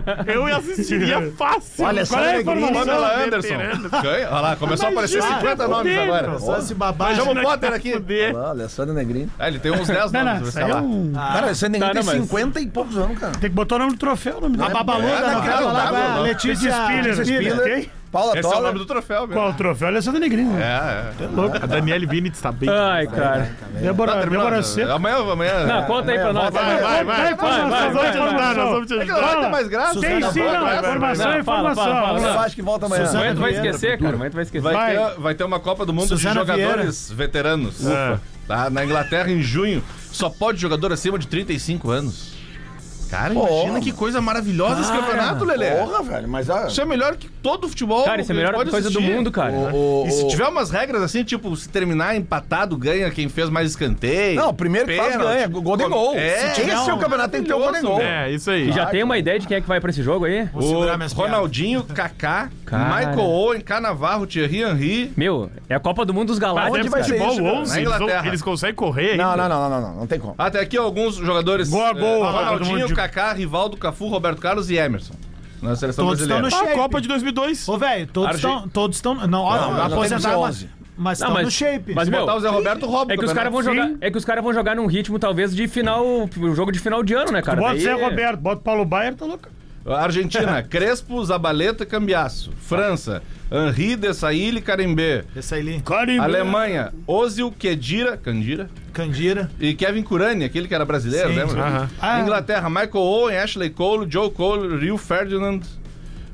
Speaker 3: eu assistiria fácil.
Speaker 2: Olha
Speaker 3: Qual é a informação?
Speaker 7: Pamela Anderson. Ganha. Olha lá, começou a aparecer
Speaker 3: Imagina,
Speaker 7: 50
Speaker 3: fudeu,
Speaker 7: nomes agora.
Speaker 4: Só se babar.
Speaker 7: Vejamos o Potter aqui.
Speaker 4: Tá
Speaker 3: Fuder.
Speaker 2: Olha, Alessandro Negrini.
Speaker 7: Ah, ele tem uns 10
Speaker 5: Não, não,
Speaker 7: nomes, vai
Speaker 5: isso
Speaker 7: sei
Speaker 5: aí é
Speaker 7: lá.
Speaker 5: um-
Speaker 2: Cara, Alessandro Negrini
Speaker 6: Tá, não,
Speaker 2: tem
Speaker 6: mas-
Speaker 2: 50 e poucos anos, cara.
Speaker 5: Tem que botar o nome do troféu, o nome
Speaker 4: A
Speaker 5: da
Speaker 7: É,
Speaker 4: babalona da novela lá,
Speaker 7: inacreditável,
Speaker 4: vai,
Speaker 7: não.
Speaker 4: Letícia
Speaker 5: Spiller.
Speaker 4: Spiller.
Speaker 5: Spiller.
Speaker 2: Paula
Speaker 7: Esse é o
Speaker 2: Toller.
Speaker 7: nome do troféu, meu.
Speaker 5: Qual o troféu? Alessandro Negrini.
Speaker 7: É,
Speaker 5: né?
Speaker 7: é.
Speaker 3: A Daniele Vinitz tá bem.
Speaker 6: Ai, cara.
Speaker 7: Tá
Speaker 5: Débora, Débora
Speaker 7: terminando.
Speaker 5: Seco.
Speaker 7: Amanhã, amanhã.
Speaker 6: Não, conta aí pra nós.
Speaker 7: Vai, vai, vai.
Speaker 5: vai, vai,
Speaker 3: Nós vamos te
Speaker 5: vai, vai.
Speaker 3: ajudar, nós vamos te
Speaker 7: É que não vai ter
Speaker 3: ajudar.
Speaker 7: mais graça.
Speaker 5: Tem
Speaker 7: Tá
Speaker 5: sim,
Speaker 7: bom,
Speaker 5: não.
Speaker 7: vai, vai.
Speaker 5: Informação é
Speaker 6: Não, fala, fala,
Speaker 5: informação.
Speaker 7: Ah.
Speaker 6: fala.
Speaker 2: Eu acho que volta amanhã.
Speaker 6: Amanhã tu vai esquecer, cara. Amanhã tu vai esquecer.
Speaker 7: Vai, ter, vai ter uma Copa do Mundo
Speaker 4: Suzana
Speaker 7: de jogadores veteranos.
Speaker 3: É.
Speaker 7: Tá? Na Inglaterra, em junho, só pode jogador acima de 35 anos. Cara, imagina que coisa maravilhosa esse campeonato, Lelê.
Speaker 2: Porra, velho, mas ah, ó,
Speaker 7: Isso é melhor que todo o futebol.
Speaker 6: Cara, isso é a melhor
Speaker 7: pode
Speaker 6: coisa do
Speaker 7: assistir.
Speaker 6: mundo, cara.
Speaker 7: E se tiver umas regras assim, tipo, se terminar empatado, ganha quem fez mais escanteio.
Speaker 2: Não, o primeiro que faz
Speaker 7: pênalti.
Speaker 2: ganha. Golden
Speaker 7: Como-
Speaker 2: Goal.
Speaker 7: É,
Speaker 2: Se esse é o campeonato, tem que ter o Golden Goal.
Speaker 3: É, isso aí.
Speaker 6: E já tem uma ideia de quem é que vai pra esse jogo aí?
Speaker 4: Vou segurar minhas
Speaker 7: O Ronaldinho, Kaká,
Speaker 6: Cara.
Speaker 7: Michael Owen, Canavarro, Thierry Henry.
Speaker 6: Meu, é a Copa do Mundo dos
Speaker 3: Ah,
Speaker 6: Galácticos.
Speaker 3: deve
Speaker 2: vai
Speaker 3: ser
Speaker 2: ser
Speaker 3: igual
Speaker 2: isso,
Speaker 3: o
Speaker 7: cara?
Speaker 3: 11,
Speaker 7: Na
Speaker 3: eles, vão-
Speaker 7: Inglaterra.
Speaker 3: eles conseguem correr ainda.
Speaker 2: Não, não, não, não, não, não, não tem como.
Speaker 7: Até aqui alguns jogadores.
Speaker 5: Boa, boa.
Speaker 7: eh,
Speaker 5: Todo mundo
Speaker 7: Ronaldinho,
Speaker 5: de-
Speaker 7: Kaká, Rivaldo, Cafu, Roberto Carlos e Emerson. Na seleção
Speaker 4: Todos estão
Speaker 7: brasileira.
Speaker 4: no
Speaker 3: Ah,
Speaker 4: shape.
Speaker 3: A Copa de 2002.
Speaker 4: Ô, velho, todos
Speaker 7: Argen-
Speaker 4: estão. Todos estão. Não, ó,
Speaker 2: não, não,
Speaker 4: aposentaram,
Speaker 2: tem
Speaker 4: mas-
Speaker 2: 11.
Speaker 4: mas
Speaker 6: Não,
Speaker 4: estão
Speaker 6: mas-
Speaker 4: Tá no shape.
Speaker 6: mas, meu,
Speaker 7: Botar o Zé Roberto Robson.
Speaker 6: É que os caras vão jogar, é que os caras vão jogar num ritmo talvez de final, o jogo de final de ano, né, cara?
Speaker 5: Bota o
Speaker 6: Daí-
Speaker 5: Zé
Speaker 3: é.
Speaker 5: Roberto, bota o Paulo Baier, tá louco.
Speaker 7: Argentina, Crespo, Zabaleta e Cambiaço. França, Henri, Dessailly e Carimbé.
Speaker 4: Esse aí ali.
Speaker 5: Carimbo.
Speaker 7: Alemanha, Ozil, Kedira, Candira
Speaker 4: Candira.
Speaker 7: e Kevin Kurani, aquele que era brasileiro,
Speaker 4: Sim,
Speaker 7: lembra?
Speaker 3: aham.
Speaker 4: Ah.
Speaker 7: Inglaterra, Michael Owen, Ashley Cole, Joe Cole, Rio Ferdinand,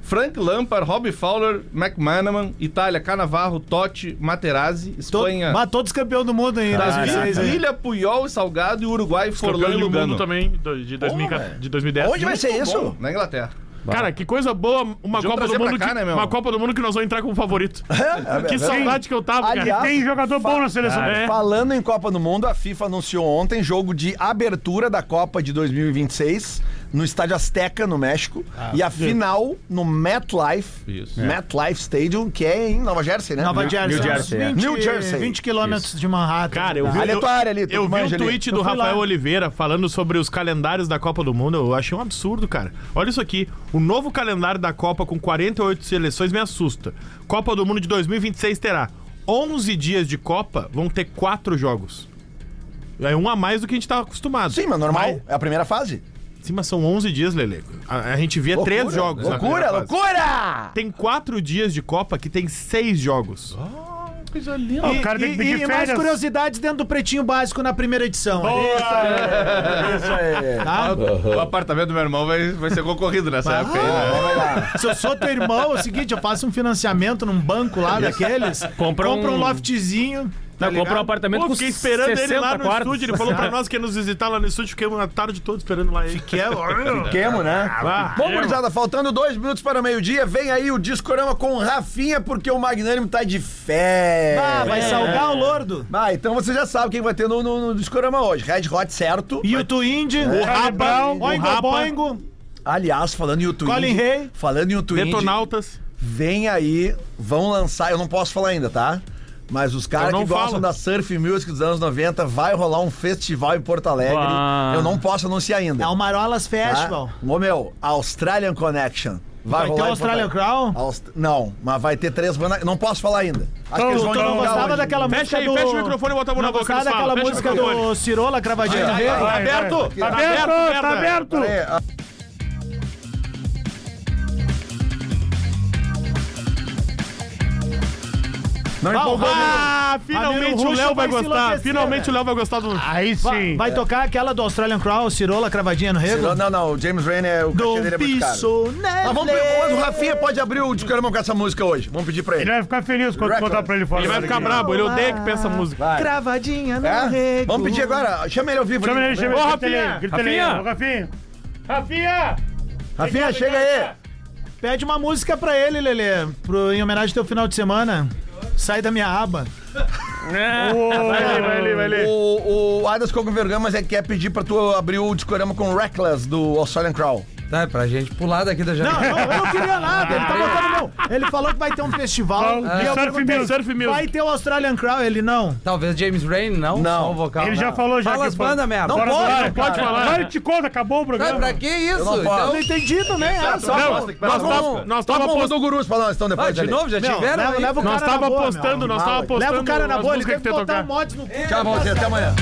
Speaker 7: Frank Lampard, Robbie Fowler, McManaman, Itália, Canavarro, Totti, Materazzi,
Speaker 4: To...
Speaker 7: Espanha,
Speaker 4: Mas todos campeão do mundo aí.
Speaker 7: Davi,
Speaker 4: 2006 aí.
Speaker 7: Ilha, Puyol e Salgado e Uruguai, Forlán
Speaker 3: Campeão
Speaker 7: e
Speaker 3: do mundo
Speaker 7: Lugano.
Speaker 3: também, do- de, 2014 de 2010.
Speaker 2: Onde vai ser isso?
Speaker 7: Bom, na Inglaterra.
Speaker 3: Cara, que coisa boa uma Copa
Speaker 7: Podiam
Speaker 3: do
Speaker 7: trazer pra
Speaker 3: Mundo
Speaker 7: cá,
Speaker 3: que,
Speaker 7: né, meu?
Speaker 3: uma Copa do Mundo que nós vamos entrar como favorito. que
Speaker 2: verdade.
Speaker 3: saudade que eu tava,
Speaker 2: Aliás,
Speaker 3: cara.
Speaker 5: Tem jogador bom na seleção.
Speaker 3: É.
Speaker 2: Falando em Copa do Mundo, a FIFA anunciou ontem jogo de abertura da Copa de 2026 no estádio Azteca, no México, e a final no MetLife, É.
Speaker 7: Isso.
Speaker 2: MetLife Stadium, que é em Nova Jersey, né?
Speaker 4: Nova Jersey.
Speaker 6: New Jersey, é.
Speaker 4: 20,
Speaker 2: New Jersey.
Speaker 4: 20 quilômetros de Manhattan.
Speaker 3: Cara, eu vi,
Speaker 2: Ali é
Speaker 3: eu,
Speaker 2: tua área ali, tu
Speaker 3: eu vi
Speaker 2: manja
Speaker 3: um
Speaker 2: ali.
Speaker 3: tweet
Speaker 4: Eu
Speaker 3: do
Speaker 4: fui
Speaker 3: Rafael
Speaker 4: lá.
Speaker 3: Oliveira falando sobre os calendários da Copa do Mundo. Eu achei um absurdo, cara. Olha isso aqui. O novo calendário da Copa com 48 seleções me assusta. Copa do Mundo de 2026 terá 11 dias de Copa, vão ter 4 jogos. É um a mais do que a gente tava acostumado.
Speaker 2: Sim, mas normal,
Speaker 3: Mas,
Speaker 2: é a primeira fase.
Speaker 3: sim, mas são 11 dias, Lele. A, a gente via 3 É jogos. na
Speaker 2: Loucura,
Speaker 3: primeira fase.
Speaker 2: loucura!
Speaker 3: Tem 4 dias de Copa que tem 6 jogos.
Speaker 7: Coisa linda.
Speaker 5: o cara tem que
Speaker 4: E-
Speaker 5: pedir
Speaker 4: e, mais
Speaker 5: férias.
Speaker 4: curiosidades dentro do Pretinho Básico na primeira edição.
Speaker 2: Isso aí.
Speaker 4: Tá?
Speaker 7: O apartamento do meu irmão vai, vai ser concorrido nessa época aí, né?
Speaker 4: Se eu sou teu irmão, é o seguinte, eu faço um financiamento num banco lá daqueles,
Speaker 6: Compra
Speaker 4: compro um
Speaker 6: um-
Speaker 4: loftzinho. tá
Speaker 6: Não, compra um
Speaker 4: ligado?
Speaker 6: apartamento
Speaker 3: Pô,
Speaker 6: com
Speaker 3: fiquei esperando
Speaker 6: 60
Speaker 3: ele lá no
Speaker 6: quartos.
Speaker 3: estúdio. Ele falou pra nós que ia nos visitar lá no estúdio. Fiquei uma tarde toda esperando lá ele.
Speaker 4: Que é,
Speaker 2: Quemo, né?
Speaker 3: Ah,
Speaker 2: Bom, gurizada, faltando dois minutos para o meio-dia, vem aí o Discorama com o Rafinha, porque o Magnânimo tá de férias.
Speaker 4: ah, vai salgar o lordo.
Speaker 2: Ah, então você já sabe quem vai ter no, no, no Discorama hoje. Red Hot, certo.
Speaker 4: E o Twindy, o
Speaker 3: Rapa,
Speaker 4: Rabão,
Speaker 3: o Rapa.
Speaker 4: Oingo Boingo,
Speaker 2: Aliás, falando em YouTube.
Speaker 4: Colin Hay.
Speaker 2: Falando em YouTube.
Speaker 3: Detonautas.
Speaker 2: Vem aí, vão lançar. Eu não posso falar ainda, tá? Mas os caras
Speaker 3: Eu
Speaker 2: que
Speaker 3: não
Speaker 2: gostam
Speaker 3: falo.
Speaker 2: da surf music dos anos 90, vai rolar um festival em Porto Alegre.
Speaker 6: Uau.
Speaker 2: Eu não posso anunciar ainda.
Speaker 4: é o Marolas
Speaker 2: tá?
Speaker 4: Festival.
Speaker 2: Ô meu, Australian Connection. Vai,
Speaker 4: Vai ter
Speaker 2: rolar
Speaker 4: o
Speaker 2: em
Speaker 4: Australian
Speaker 2: Porto Alegre.
Speaker 4: Crown?
Speaker 2: Aust- Não, mas vai ter três bandas. Não posso falar ainda. Acho que eles vão
Speaker 4: Tu não
Speaker 2: divulgar
Speaker 4: gostava
Speaker 2: hoje.
Speaker 4: daquela
Speaker 3: um Fecha
Speaker 4: música
Speaker 3: aí,
Speaker 4: do...
Speaker 3: fecha o microfone e bota a mão na
Speaker 4: Não
Speaker 3: boca,
Speaker 4: gostava
Speaker 3: eles
Speaker 4: daquela
Speaker 3: falam. Fecha o
Speaker 4: música
Speaker 3: microfone.
Speaker 4: do Cirola, Cravadinho do Rei?
Speaker 5: Vai, vai.
Speaker 7: aberto?
Speaker 5: Tá aberto, tá
Speaker 3: merda.
Speaker 5: aberto.
Speaker 2: Peraí, a- Não empolgou
Speaker 3: Ah,
Speaker 4: Ramiro
Speaker 3: finalmente
Speaker 4: Russo
Speaker 3: o Léo vai
Speaker 4: vai se
Speaker 3: gostar.
Speaker 4: enlouquecer,
Speaker 3: Finalmente o Léo vai gostar do.
Speaker 5: Aí
Speaker 4: Vai,
Speaker 5: sim.
Speaker 4: vai tocar aquela do Australian Crown, Cirola, Cravadinha no Rei?
Speaker 2: Não, não, não. O James Rain é o cachê dele é
Speaker 4: Do
Speaker 2: muito caro.
Speaker 4: piso
Speaker 2: Ah, vamos pedir, mas o Rafinha pode abrir o discorama com essa música hoje. Vamos pedir pra
Speaker 5: Ele é
Speaker 2: ele.
Speaker 5: vai ficar feliz quando
Speaker 2: Record.
Speaker 5: botar pra ele fora.
Speaker 3: Ele vai ficar brabo, ele odeia que peça música.
Speaker 2: Vai.
Speaker 4: Cravadinha no
Speaker 2: É?
Speaker 4: Rei.
Speaker 2: Vamos pedir agora. Chama ele ao vivo.
Speaker 5: Chama ele,
Speaker 2: ali.
Speaker 5: chama
Speaker 3: Ô,
Speaker 5: ele.
Speaker 3: Rafinha.
Speaker 5: grita ele, grita ele.
Speaker 6: Rafinha.
Speaker 5: Ô, Rafinha. Rafinha!
Speaker 2: Rafinha, chega aí.
Speaker 4: Pede uma música pra ele, Lelê, pro, em homenagem ao teu final de semana. Sai da minha aba.
Speaker 5: Vai ali, vai ali, vai ali.
Speaker 2: O, o Adas ficou com vergonha, mas é que quer pedir pra tu abrir o discorama com Reckless do Australian Crow.
Speaker 15: Tá, é pra gente pular daqui da
Speaker 4: Não,
Speaker 15: janela.
Speaker 4: não, eu não queria nada. Ele tá botando não. Ele falou que vai ter um festival.
Speaker 15: Ah,
Speaker 4: e eu
Speaker 15: surf
Speaker 4: perguntei,
Speaker 15: music, surf music.
Speaker 4: Vai ter o Australian Crown? Ele não.
Speaker 15: Talvez James Rain, não? Não. Só o vocal.
Speaker 4: Ele
Speaker 15: não.
Speaker 4: já falou, já
Speaker 15: Fala
Speaker 4: que
Speaker 15: as
Speaker 4: foi-
Speaker 15: bandas, merda.
Speaker 4: Não pode,
Speaker 15: falar,
Speaker 4: não pode
Speaker 15: cara.
Speaker 4: falar.
Speaker 5: Agora eu te conto, acabou o programa.
Speaker 15: Tá, pra que
Speaker 9: Eu
Speaker 15: isso?
Speaker 9: não posso.
Speaker 15: Então-
Speaker 9: Eu não
Speaker 4: entendi também, é,
Speaker 9: ah, só-
Speaker 3: nós
Speaker 9: vamos-
Speaker 3: tava- nós
Speaker 15: Tá
Speaker 9: Toca
Speaker 3: tava
Speaker 9: uma
Speaker 3: post-
Speaker 9: do Gurus pra nós, então, depois.
Speaker 15: Vai, de
Speaker 9: ali.
Speaker 15: novo, já
Speaker 9: Não,
Speaker 15: tiveram
Speaker 9: leva-
Speaker 15: aí?
Speaker 9: leva o
Speaker 3: Nós
Speaker 9: cara na
Speaker 3: tava
Speaker 9: boa, meu.
Speaker 3: apostando, nós
Speaker 9: Mal,
Speaker 3: tava
Speaker 9: hein?
Speaker 3: apostando.
Speaker 4: Leva o cara na
Speaker 3: as
Speaker 4: bola, ele tem
Speaker 3: músicas
Speaker 4: que
Speaker 3: tu ia
Speaker 4: botar
Speaker 3: tocar.
Speaker 4: um mods no cu.
Speaker 9: Tchau, Valdir, até amanhã.